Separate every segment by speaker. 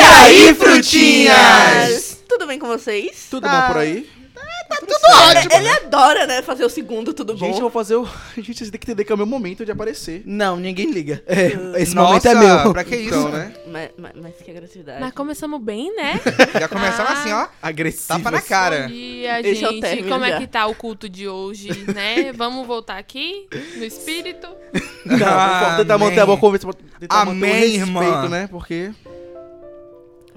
Speaker 1: aí, frutinhas?
Speaker 2: Tudo bem com vocês? Ah, tá
Speaker 1: Tudo bom por aí?
Speaker 2: Tudo ótimo. Ele adora, né, fazer o segundo tudo bom.
Speaker 1: Gente, eu vou fazer o. Gente, vocês têm que entender que é o meu momento de aparecer.
Speaker 3: Não, ninguém liga. É, esse momento
Speaker 4: Hum, Nossa,
Speaker 3: é meu.
Speaker 4: pra que isso?
Speaker 1: Então, né?
Speaker 2: mas, mas- mas que agressividade.
Speaker 5: Mas começamos bem, né?
Speaker 4: É Já começamos
Speaker 5: Ah.
Speaker 4: assim, ó.
Speaker 1: Agressivo.
Speaker 4: Tapa na cara.
Speaker 5: Bom dia,
Speaker 2: Esse é o
Speaker 5: gente.
Speaker 2: término
Speaker 5: Como é
Speaker 2: já.
Speaker 5: que tá o culto de hoje, né? Vamos voltar aqui no espírito.
Speaker 1: Não, vou tentar
Speaker 4: Ah, Amém.
Speaker 1: manter a boa conversa. Tá, vou Tentar
Speaker 4: Amém,
Speaker 1: manter o respeito,
Speaker 4: irmã.
Speaker 1: né? Porque.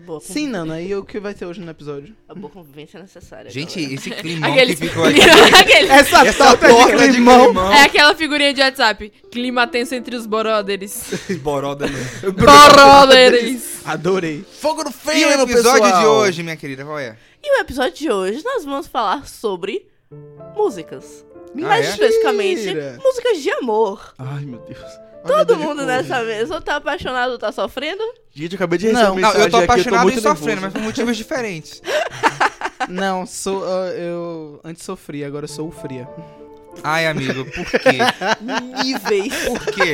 Speaker 2: Boa convivência.
Speaker 3: Sim, Nana, e o que vai ter hoje no episódio?
Speaker 1: né?
Speaker 2: A boa convivência é necessária.
Speaker 4: Gente,
Speaker 2: galera.
Speaker 4: esse clima
Speaker 5: Aqueles...
Speaker 4: que ficou aqui.
Speaker 5: Aquele-
Speaker 3: Essa,
Speaker 4: Essa torta é de limão.
Speaker 5: É aquela figurinha de WhatsApp. Clima tenso entre os brothers.
Speaker 4: Boroda, né?
Speaker 5: brothers.
Speaker 3: Adorei.
Speaker 4: Fogo no
Speaker 3: E
Speaker 4: feio,
Speaker 3: aí,
Speaker 4: E o episódio
Speaker 3: pessoal?
Speaker 4: de hoje, minha querida, qual é?
Speaker 2: E o episódio de hoje nós vamos falar sobre músicas.
Speaker 1: Ah,
Speaker 2: Mais
Speaker 4: é?
Speaker 2: especificamente,
Speaker 3: Mentira.
Speaker 2: músicas de amor.
Speaker 1: Ai, meu Deus. Ai, meu
Speaker 2: Todo
Speaker 1: Deus,
Speaker 2: mundo
Speaker 1: eu-
Speaker 2: nessa mesa tá apaixonado, tá sofrendo?
Speaker 1: Gente, eu acabei de receber
Speaker 3: Não,
Speaker 1: uma
Speaker 4: Não,
Speaker 1: mensagem
Speaker 4: eu tô
Speaker 1: aqui,
Speaker 4: apaixonado
Speaker 1: muito
Speaker 4: e sofrendo, né? mas
Speaker 1: nervoso.
Speaker 4: por motivos diferentes.
Speaker 3: Não, sou. ah, eu antes sofria, agora sou o fria.
Speaker 4: Ai, amigo, por quê?
Speaker 2: Níveis.
Speaker 4: Por quê?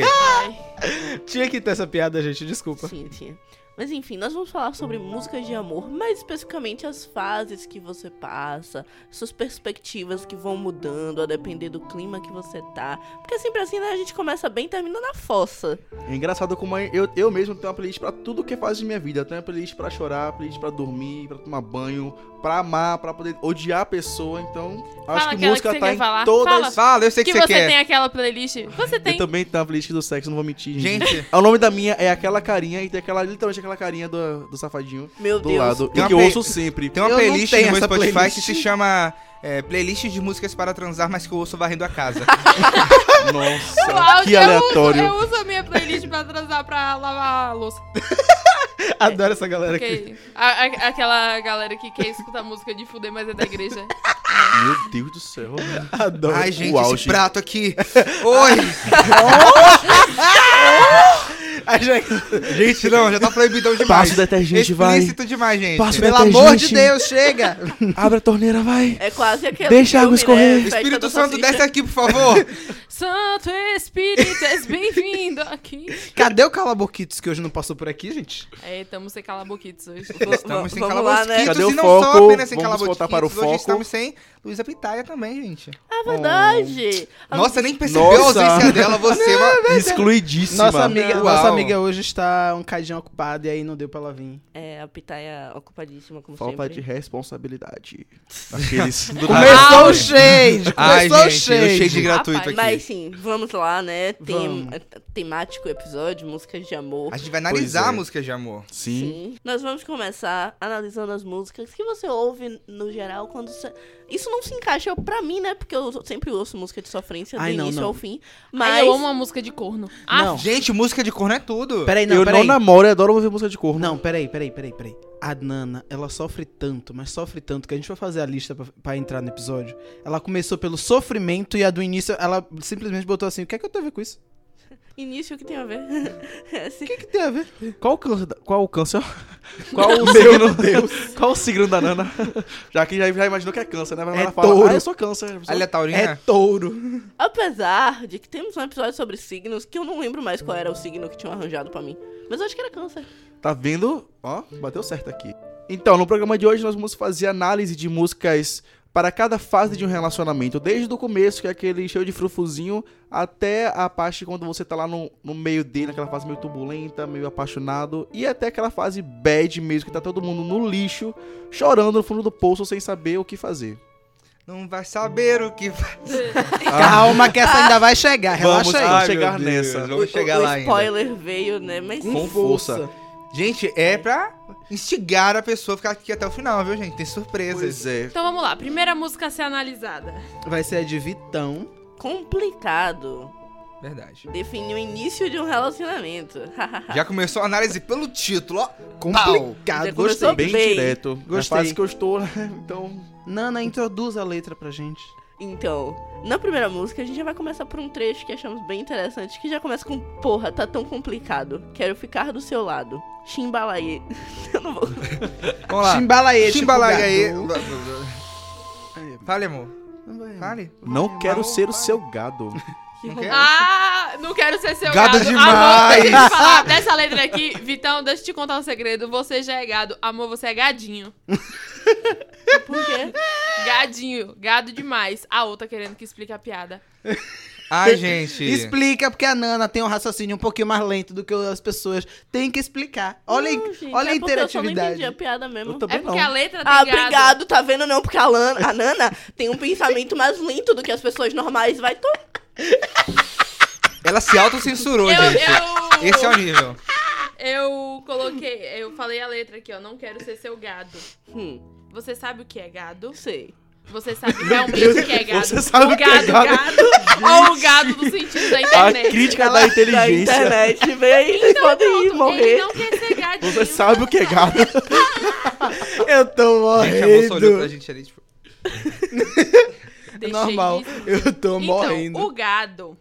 Speaker 3: Tinha que ter essa piada, gente, desculpa.
Speaker 2: Tinha, tinha. Mas enfim, nós vamos falar sobre músicas de amor, mais especificamente as fases que você passa, suas perspectivas que vão mudando a depender do clima que você tá. Porque sempre assim, né, a gente começa bem e termina na fossa.
Speaker 1: É engraçado como eu, eu mesmo tenho uma playlist pra tudo que faz de minha vida. Eu tenho uma playlist pra chorar, playlist pra dormir, pra tomar banho, pra amar, pra poder odiar a pessoa. Então, acho
Speaker 5: aquela
Speaker 1: que
Speaker 5: que
Speaker 1: música
Speaker 5: você
Speaker 1: tá
Speaker 5: quer
Speaker 1: em
Speaker 5: falar.
Speaker 1: todas.
Speaker 5: Fala.
Speaker 4: Fala, eu sei que, é?
Speaker 5: Que você
Speaker 4: quer.
Speaker 5: tem aquela playlist. Você tem.
Speaker 1: Eu também tenho uma playlist do sexo, não vou mentir, gente.
Speaker 4: Gente,
Speaker 1: O nome da minha é aquela carinha e tem aquela, literalmente aquela carinha do, do safadinho
Speaker 2: Meu
Speaker 1: do
Speaker 2: Deus.
Speaker 1: lado.
Speaker 4: Tem
Speaker 1: E
Speaker 4: uma
Speaker 1: que eu
Speaker 4: play-
Speaker 1: ouço sempre.
Speaker 4: tem uma
Speaker 3: Eu não
Speaker 4: playlist
Speaker 3: tenho
Speaker 4: no meu
Speaker 3: essa
Speaker 4: Spotify
Speaker 3: playlist.
Speaker 4: que se chama é, Playlist de Músicas para Transar, mas que eu ouço varrendo a casa.
Speaker 1: Nossa,
Speaker 5: Uau,
Speaker 1: que
Speaker 5: eu uso-
Speaker 1: aleatório.
Speaker 5: Eu uso, a minha playlist pra transar pra lavar a louça.
Speaker 3: Adoro essa galera aqui.
Speaker 5: Porque a- a- aquela galera que quer escutar música de fuder, mas é da igreja.
Speaker 1: Meu Deus do céu. né?
Speaker 3: Adoro.
Speaker 4: Ai, gente, esse
Speaker 1: auge.
Speaker 4: prato aqui. Oi!
Speaker 3: Ai, gente,
Speaker 4: Gente, não, já tá proibidão demais.
Speaker 1: Passa o detergente, vai.
Speaker 4: Explícito demais, gente.
Speaker 1: Passa o
Speaker 3: pelo
Speaker 1: detergente.
Speaker 3: amor de Deus, chega!
Speaker 1: Abre a torneira, vai.
Speaker 2: É quase aquele.
Speaker 1: Deixa a água
Speaker 2: filme,
Speaker 1: escorrer.
Speaker 2: Né? Festa
Speaker 4: Espírito
Speaker 2: da
Speaker 4: Santo,
Speaker 2: Salsicha.
Speaker 4: desce aqui, por favor.
Speaker 5: Santo Espírito, és bem-vindo aqui.
Speaker 3: Cadê o Calaboquitos que hoje não passou por aqui, gente?
Speaker 5: É, estamos sem calaboquitos hoje.
Speaker 4: Estamos sem
Speaker 2: vamos lá, né?
Speaker 4: calabosquitos
Speaker 1: Cadê o
Speaker 4: e não só
Speaker 1: foco?
Speaker 4: apenas sem
Speaker 1: Vamos voltar para o
Speaker 4: calabosquitos. Hoje
Speaker 1: foco.
Speaker 4: estamos sem Luísa Pitaia também, gente.
Speaker 2: É verdade. A
Speaker 4: Nossa,
Speaker 2: música-
Speaker 4: nem percebeu
Speaker 1: tá Nossa.
Speaker 4: a ausência dela, você. é mano.
Speaker 1: Excluidíssima.
Speaker 3: é. Nossa amiga,
Speaker 4: Uau.
Speaker 3: nossa amiga hoje está um cadinho ocupada e aí não deu pra ela vir.
Speaker 2: É, a Pitaia ocupadíssima, como
Speaker 1: Falta de
Speaker 2: sempre.
Speaker 1: responsabilidade. Aqueles. do nada.
Speaker 3: Começou o shade!
Speaker 4: Ai,
Speaker 3: Começou o
Speaker 4: gente, eu cheio
Speaker 3: shade!
Speaker 4: de gratuito
Speaker 5: Rapaz,
Speaker 4: aqui.
Speaker 2: Mas sim, vamos lá, né? Tem,
Speaker 3: Vamos.
Speaker 2: Temático episódio, músicas de amor.
Speaker 4: A gente vai analisar
Speaker 1: Pois é.
Speaker 4: a música de amor.
Speaker 3: assim?
Speaker 1: Sim.
Speaker 2: Nós vamos começar analisando as músicas que você ouve no geral quando você... Isso não se encaixa pra mim, né? Porque eu sempre ouço música de sofrência do
Speaker 3: Ai, não,
Speaker 2: início
Speaker 3: não.
Speaker 2: ao fim. Mas
Speaker 5: Ai, eu amo a música de corno. Ah,
Speaker 3: Não.
Speaker 4: Gente, música de corno é tudo.
Speaker 3: Peraí, não,
Speaker 1: eu
Speaker 3: peraí.
Speaker 1: não namoro e adoro ouvir música de corno.
Speaker 3: Não, peraí, peraí, peraí, peraí. A Nana, ela sofre tanto, mas sofre tanto que a gente vai fazer a lista pra, pra entrar no episódio. Ela começou pelo sofrimento e a do início, ela simplesmente botou assim: o que é que eu tenho a ver com isso?
Speaker 2: início que tem a ver. Esse-
Speaker 3: O que, que tem a ver?
Speaker 1: Qual o câncer? da- Qual o câncer? Qual o signo? Qual o signo da Nana? Já que já, já imaginou que é câncer, né? Mas
Speaker 3: É
Speaker 1: ela fala,
Speaker 3: touro.
Speaker 1: ah, eu sou câncer. Eu sou-
Speaker 4: Olha, Taurina.
Speaker 3: É touro.
Speaker 2: Apesar de que temos um episódio sobre signos que eu não lembro mais qual era o signo que tinham arranjado pra mim. Mas eu acho que era câncer.
Speaker 1: Tá vendo? Ó, bateu certo aqui. Então, no programa de hoje nós vamos fazer análise de músicas para cada fase de um relacionamento, desde o começo, que é aquele cheio de frufuzinho, até a parte quando você tá lá no, no meio dele, aquela fase meio turbulenta, meio apaixonado, e até aquela fase bad mesmo, que tá todo mundo no lixo, chorando no fundo do poço sem saber o que fazer.
Speaker 4: Não vai saber o que vai.
Speaker 3: Calma, que essa ainda vai chegar, relaxa
Speaker 1: Vamos
Speaker 3: aí.
Speaker 1: lá
Speaker 4: Ai,
Speaker 1: chegar
Speaker 4: meu Deus,
Speaker 1: nessa.
Speaker 2: O-
Speaker 4: Vamos chegar
Speaker 2: o,
Speaker 4: lá ainda.
Speaker 2: spoiler veio, né? Mas
Speaker 1: Com força.
Speaker 4: Gente, é pra instigar a pessoa a ficar aqui até o final, viu, gente? Tem surpresas.
Speaker 1: Pois é.
Speaker 5: então vamos lá. Primeira música a ser analisada.
Speaker 3: Vai ser a de Vitão.
Speaker 2: complicado
Speaker 1: é.
Speaker 4: Verdade.
Speaker 2: definir o início de um relacionamento.
Speaker 4: Já começou a análise pelo título, ó.
Speaker 3: Complicado,
Speaker 2: Já começou
Speaker 3: gostei.
Speaker 1: Bem,
Speaker 2: Bem,
Speaker 1: direto.
Speaker 3: gostei.
Speaker 1: Na fase que eu estou, então...
Speaker 3: Nana, introduz a letra pra gente.
Speaker 2: Então, na primeira música, a gente já vai começar por um trecho que achamos bem interessante, que já começa com Porra, tá tão complicado. Quero ficar do seu lado. Chimbalaê. Eu não vou.
Speaker 4: Vamos lá.
Speaker 3: Chimbalaê,
Speaker 4: Chimbalaga aí. tipo,
Speaker 3: Chimbalaê.
Speaker 4: Fale, amor. Fale.
Speaker 3: Tá.
Speaker 1: Não quero ser o seu gado.
Speaker 4: Não quer?
Speaker 5: Ah, Ah, não quero ser seu
Speaker 4: Gado
Speaker 5: gado.
Speaker 4: demais.
Speaker 5: Amor, deixa eu te falar, dessa letra aqui, Vitão, deixa eu te contar um segredo. Você já é gado. Amor, você é gadinho.
Speaker 2: Por quê?
Speaker 5: Gadinho, gado demais. A outra querendo que explique a piada.
Speaker 4: Ai, Ah, gente.
Speaker 3: Explica, porque a Nana tem um raciocínio um pouquinho mais lento do que as pessoas. Tem que explicar. Olha, aí-
Speaker 2: Não, gente,
Speaker 3: olha a
Speaker 2: é porque Eu só não
Speaker 3: interatividade.
Speaker 2: entendi a piada mesmo.
Speaker 1: Eu também
Speaker 5: É porque a letra tem
Speaker 2: Ah,
Speaker 5: gado.
Speaker 2: obrigado, tá vendo não? Porque a, Lan- a Nana tem um pensamento mais lento do que as pessoas normais. Vai to...
Speaker 4: Ela se autocensurou,
Speaker 5: Eu,
Speaker 4: gente.
Speaker 5: eu,
Speaker 4: Esse é o nível.
Speaker 5: eu coloquei, eu falei a letra aqui, ó. Não quero ser seu gado.
Speaker 2: Hum,
Speaker 5: Você sabe o que é gado?
Speaker 2: não sei.
Speaker 5: Você sabe realmente o que é gado?
Speaker 1: Você sabe
Speaker 5: o
Speaker 1: o que é
Speaker 5: gado, gado ou o gado do sentido da
Speaker 1: A
Speaker 5: internet?
Speaker 1: crítica da
Speaker 2: Da
Speaker 1: inteligência.
Speaker 2: internet, vem aí, vocês podem ir
Speaker 5: Pronto,
Speaker 2: morrer.
Speaker 5: Ele não quer ser gadinho.
Speaker 1: Você sabe o que é gado.
Speaker 3: Eu tô
Speaker 4: Gente, a moça olhou pra
Speaker 3: morrendo.
Speaker 4: gente ali, tipo.
Speaker 5: Deixei
Speaker 3: Normal.
Speaker 5: disso.
Speaker 3: Eu tô
Speaker 5: Então,
Speaker 3: morrendo.
Speaker 5: o gado,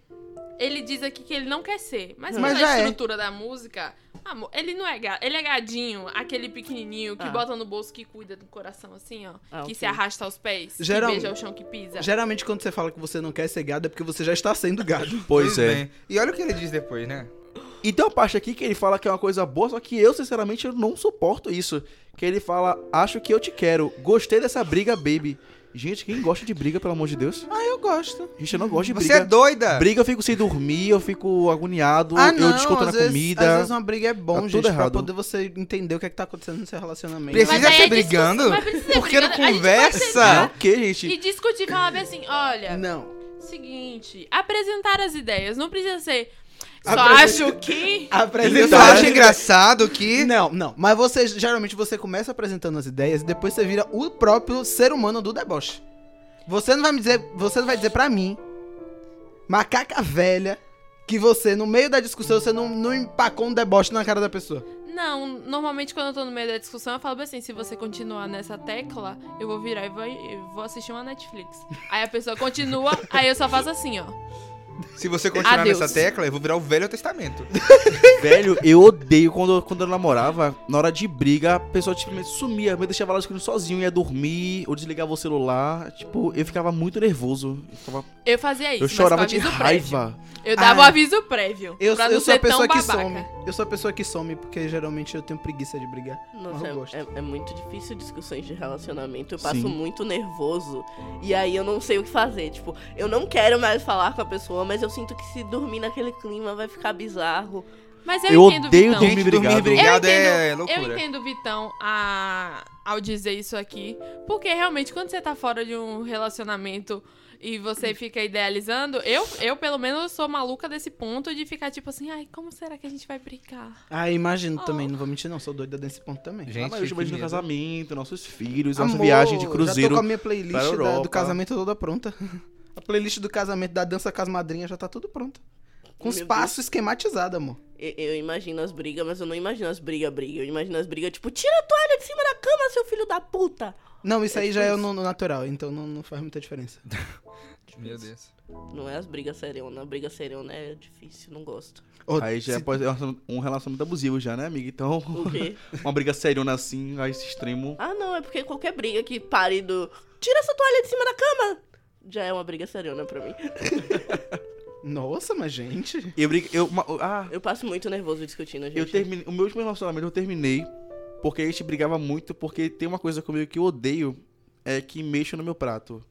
Speaker 5: ele diz aqui que ele não quer ser. Mas
Speaker 3: Mas
Speaker 5: pela
Speaker 3: já é.
Speaker 5: estrutura da música, amor, ele não é gado. Ele é gadinho, aquele pequenininho que
Speaker 2: Ah.
Speaker 5: bota no bolso, que cuida do coração, assim, ó.
Speaker 2: Ah,
Speaker 5: que
Speaker 2: ok.
Speaker 5: se arrasta aos pés,
Speaker 3: Geral-
Speaker 5: que beija o chão, que pisa.
Speaker 3: Geralmente, quando você fala que você não quer ser gado, é porque você já está sendo gado.
Speaker 1: Pois é.
Speaker 4: bem. E olha o que ele diz depois, né?
Speaker 1: E tem uma parte Então, aqui que ele fala que é uma coisa boa, só que eu, sinceramente, eu não suporto isso. Que ele fala, acho que eu te quero. Gostei dessa briga, baby. Gente, quem gosta de briga, pelo amor de Deus?
Speaker 3: Ah, eu gosto.
Speaker 1: Gente, eu não gosto de
Speaker 4: Você
Speaker 1: briga.
Speaker 4: é doida.
Speaker 1: Briga, eu fico sem dormir, eu fico agoniado,
Speaker 3: Ah,
Speaker 1: eu
Speaker 3: não,
Speaker 1: desconto na
Speaker 3: às vezes, Às
Speaker 1: comida.
Speaker 3: vezes uma briga é bom,
Speaker 1: Tá tudo
Speaker 3: gente, pra
Speaker 1: errado.
Speaker 3: poder você entender o que, é que tá acontecendo no seu relacionamento.
Speaker 4: Precisa-
Speaker 5: aí
Speaker 4: ser
Speaker 5: é discuss-
Speaker 4: brigando?
Speaker 5: mas precisa
Speaker 4: Por que não
Speaker 5: brigando? A gente pode
Speaker 4: conversa?
Speaker 1: Não,
Speaker 5: sentar
Speaker 1: É o que, gente?
Speaker 5: E discutir, falar bem assim,
Speaker 2: é.
Speaker 5: olha,
Speaker 3: Não.
Speaker 5: seguinte, apresentar as ideias, não precisa ser, só
Speaker 3: Apresenta-
Speaker 5: acho que...
Speaker 4: Eu
Speaker 3: Apresentar.
Speaker 4: só acho engraçado que.
Speaker 3: Não, não. Mas você geralmente você começa apresentando as ideias e depois você vira o próprio ser humano do deboche. Você não vai me dizer, você não vai dizer pra mim, macaca velha, que você no meio da discussão você não, não empacou um deboche na cara da pessoa.
Speaker 5: Não, normalmente quando eu tô no meio da discussão, eu falo bem assim, se você continuar nessa tecla, eu vou virar e vou, e vou assistir uma Netflix. Aí a pessoa continua, aí eu só faço assim, ó.
Speaker 4: Se você continuar
Speaker 5: Adeus.
Speaker 4: nessa tecla, eu vou virar o Velho Testamento.
Speaker 1: Velho, eu odeio quando, quando eu namorava, na hora de briga, a pessoa simplesmente sumia, me deixava lá escutando sozinho, ia dormir, ou desligava o celular. Tipo, eu ficava muito nervoso. Eu, ficava-
Speaker 5: Eu fazia isso,
Speaker 1: eu
Speaker 5: mas
Speaker 1: chorava
Speaker 5: com
Speaker 1: de
Speaker 5: aviso
Speaker 1: raiva.
Speaker 5: prévio. Eu dava o
Speaker 3: Ah.
Speaker 5: aviso prévio,
Speaker 3: Eu,
Speaker 5: pra não
Speaker 3: eu sou
Speaker 5: ser
Speaker 3: a pessoa
Speaker 5: tão
Speaker 3: que
Speaker 5: babaca.
Speaker 3: some. Eu sou a pessoa que some porque geralmente eu tenho preguiça de brigar. Mas
Speaker 2: Nossa,
Speaker 3: eu
Speaker 2: é-
Speaker 3: gosto.
Speaker 2: é, é muito difícil discussões de relacionamento. Eu passo
Speaker 3: Sim.
Speaker 2: muito nervoso. E aí eu não sei o que fazer. Tipo, eu não quero mais falar com a pessoa, mas eu sinto que se dormir naquele clima vai ficar bizarro.
Speaker 5: Mas eu,
Speaker 1: Eu,
Speaker 5: entendo,
Speaker 1: odeio
Speaker 5: Vitão.
Speaker 1: dormir
Speaker 4: Gente, dormir
Speaker 1: brigado.
Speaker 4: brigado.
Speaker 5: Eu
Speaker 4: Obrigado, é
Speaker 5: entendo,
Speaker 4: loucura.
Speaker 5: eu entendo, Vitão, a- ao dizer isso aqui. Porque realmente, quando você tá fora de um relacionamento e você fica idealizando, eu, eu pelo menos sou maluca desse ponto de ficar tipo assim, ai, como será que a gente vai brincar?
Speaker 3: Ah, imagino
Speaker 5: Oh.
Speaker 3: também, não vou mentir não, sou doida nesse ponto também.
Speaker 1: Ah,
Speaker 4: Gente,
Speaker 1: mas eu
Speaker 4: que
Speaker 1: imagino
Speaker 4: medo.
Speaker 1: casamento, nossos filhos, nossa
Speaker 3: Amor,
Speaker 1: viagem de
Speaker 3: Já tô
Speaker 1: cruzeiro.
Speaker 3: com a minha playlist
Speaker 1: pra
Speaker 3: da-
Speaker 1: Europa.
Speaker 3: do casamento toda pronta. A playlist do casamento da dança com as madrinhas já tá tudo pronto. Com os
Speaker 2: Meu
Speaker 3: passos esquematizados, amor.
Speaker 2: E- Eu, imagino as brigas, mas eu não imagino as brigas, briga. Eu imagino as brigas, tipo, tira a toalha de cima da cama, seu filho da puta.
Speaker 3: Não, isso
Speaker 2: É
Speaker 3: aí
Speaker 2: tipo
Speaker 3: já é
Speaker 2: isso.
Speaker 3: no, no natural, então não, não faz muita diferença.
Speaker 4: Meu Deus.
Speaker 2: Não é as brigas serena. A briga serena é difícil, não gosto.
Speaker 3: Ô,
Speaker 1: Aí já
Speaker 3: se-
Speaker 1: pode ser um relacionamento abusivo já, né, amiga? Então,
Speaker 2: O quê?
Speaker 1: uma briga seriona assim, a esse extremo.
Speaker 2: ah, não, é porque qualquer briga que pare do. Tira essa toalha de cima da cama! Já é uma briga serena pra mim.
Speaker 3: Nossa, mas gente.
Speaker 1: Eu briga, eu, uma- ah,
Speaker 2: Eu passo muito nervoso discutindo, gente.
Speaker 1: Eu terminei, o meu último relacionamento eu terminei porque a gente brigava muito, porque tem uma coisa comigo que eu odeio, é que mexa no meu prato.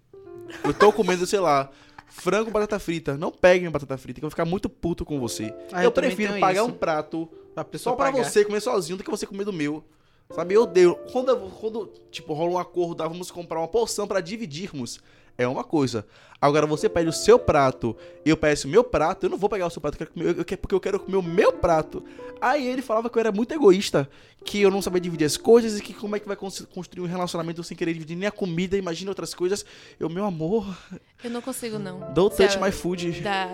Speaker 1: Eu tô comendo, sei lá, frango com batata frita. Não pegue minha batata frita, que eu vou ficar muito puto com você.
Speaker 3: Ah,
Speaker 1: eu,
Speaker 3: eu também
Speaker 1: prefiro
Speaker 3: tenho
Speaker 1: pagar
Speaker 3: isso.
Speaker 1: um prato só
Speaker 3: Pra pessoa
Speaker 1: pra
Speaker 3: pagar.
Speaker 1: você comer sozinho do que você comer do meu. Sabe, eu odeio. Quando, eu- quando tipo, rola um acordo, ah, vamos comprar uma porção pra dividirmos. É uma coisa. Agora você pede o seu prato, eu peço o meu prato, eu não vou pegar o seu prato, eu quero comer, eu quero- porque eu quero comer o meu prato. Aí ele falava que eu era muito egoísta, que eu não sabia dividir as coisas e que como é que vai cons- construir um relacionamento sem querer dividir nem a comida, imagina outras coisas. Eu, meu amor,
Speaker 5: Eu não consigo, não.
Speaker 1: don't touch
Speaker 5: Sério.
Speaker 1: my food.
Speaker 5: Da-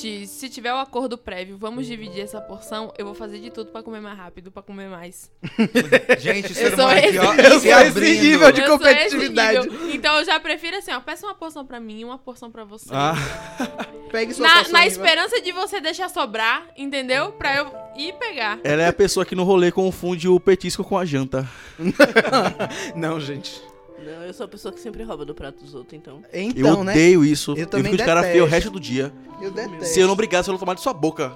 Speaker 5: de- se tiver o acordo prévio, vamos dividir essa porção, eu vou fazer de tudo pra comer mais rápido, pra comer mais.
Speaker 4: Gente, o
Speaker 5: Eu
Speaker 4: ser
Speaker 5: sou
Speaker 4: humano é aqui, ó,
Speaker 5: esse-
Speaker 4: se
Speaker 3: eu sou esse
Speaker 4: abrindo.
Speaker 3: nível de
Speaker 5: Eu sou esse
Speaker 3: competitividade.
Speaker 5: nível. Então eu já prefiro assim, ó, peça uma porção pra mim e uma porção pra você.
Speaker 1: Ah.
Speaker 3: Pegue
Speaker 1: é
Speaker 3: sua
Speaker 5: Na,
Speaker 3: porção
Speaker 5: na
Speaker 3: aí, vai.
Speaker 5: esperança de você deixar sobrar, entendeu? Pra eu ir pegar.
Speaker 1: Ela é a pessoa que no rolê confunde o petisco com a janta.
Speaker 3: Não, gente.
Speaker 2: Não, eu sou a pessoa que sempre rouba do prato dos outros, então.
Speaker 3: Então,
Speaker 1: eu
Speaker 3: né?
Speaker 1: odeio isso.
Speaker 3: Eu
Speaker 1: Eu,
Speaker 3: também
Speaker 1: fico de cara feia o
Speaker 3: detesto.
Speaker 1: resto do dia.
Speaker 3: Eu detesto.
Speaker 1: Se eu não brigasse, eu ia tomar de sua boca.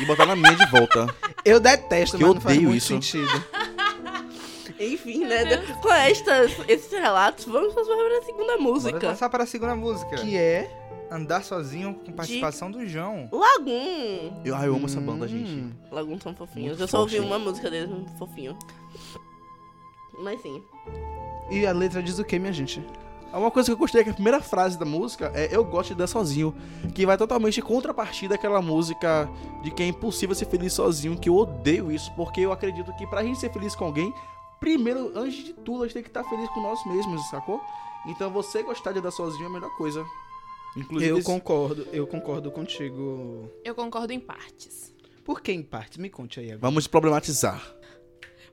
Speaker 1: E botar na minha de volta.
Speaker 3: Eu detesto,
Speaker 1: Que
Speaker 3: mas não faz
Speaker 1: odeio
Speaker 3: muito
Speaker 1: isso.
Speaker 3: sentido.
Speaker 2: Enfim, né? Com estas, esses relatos, vamos passar para a segunda
Speaker 4: Bora
Speaker 2: música.
Speaker 4: passar para a segunda música.
Speaker 3: Que é.
Speaker 4: Andar sozinho com participação do João.
Speaker 2: Lagum!
Speaker 1: Eu, ai, eu amo essa banda, gente.
Speaker 3: Hum.
Speaker 2: Lagum são fofinhos.
Speaker 1: Muito
Speaker 2: eu só ouvi
Speaker 1: fofo.
Speaker 2: uma música deles, muito fofinho. Mas sim.
Speaker 3: E a letra diz o que, minha gente?
Speaker 1: Uma coisa que eu gostei é que a primeira frase da música é Eu gosto de dar sozinho. Que vai totalmente em contrapartida daquela música de que é impossível ser feliz sozinho. Que eu odeio isso, porque eu acredito que pra gente ser feliz com alguém, primeiro, antes de tudo, a gente tem que estar feliz com nós mesmos, sacou? Então você gostar de dar sozinho é a melhor coisa. Inclusive,
Speaker 3: Eu concordo, eu concordo contigo.
Speaker 5: Eu concordo em partes.
Speaker 3: Por que em partes? Me conte aí agora.
Speaker 1: vamos problematizar.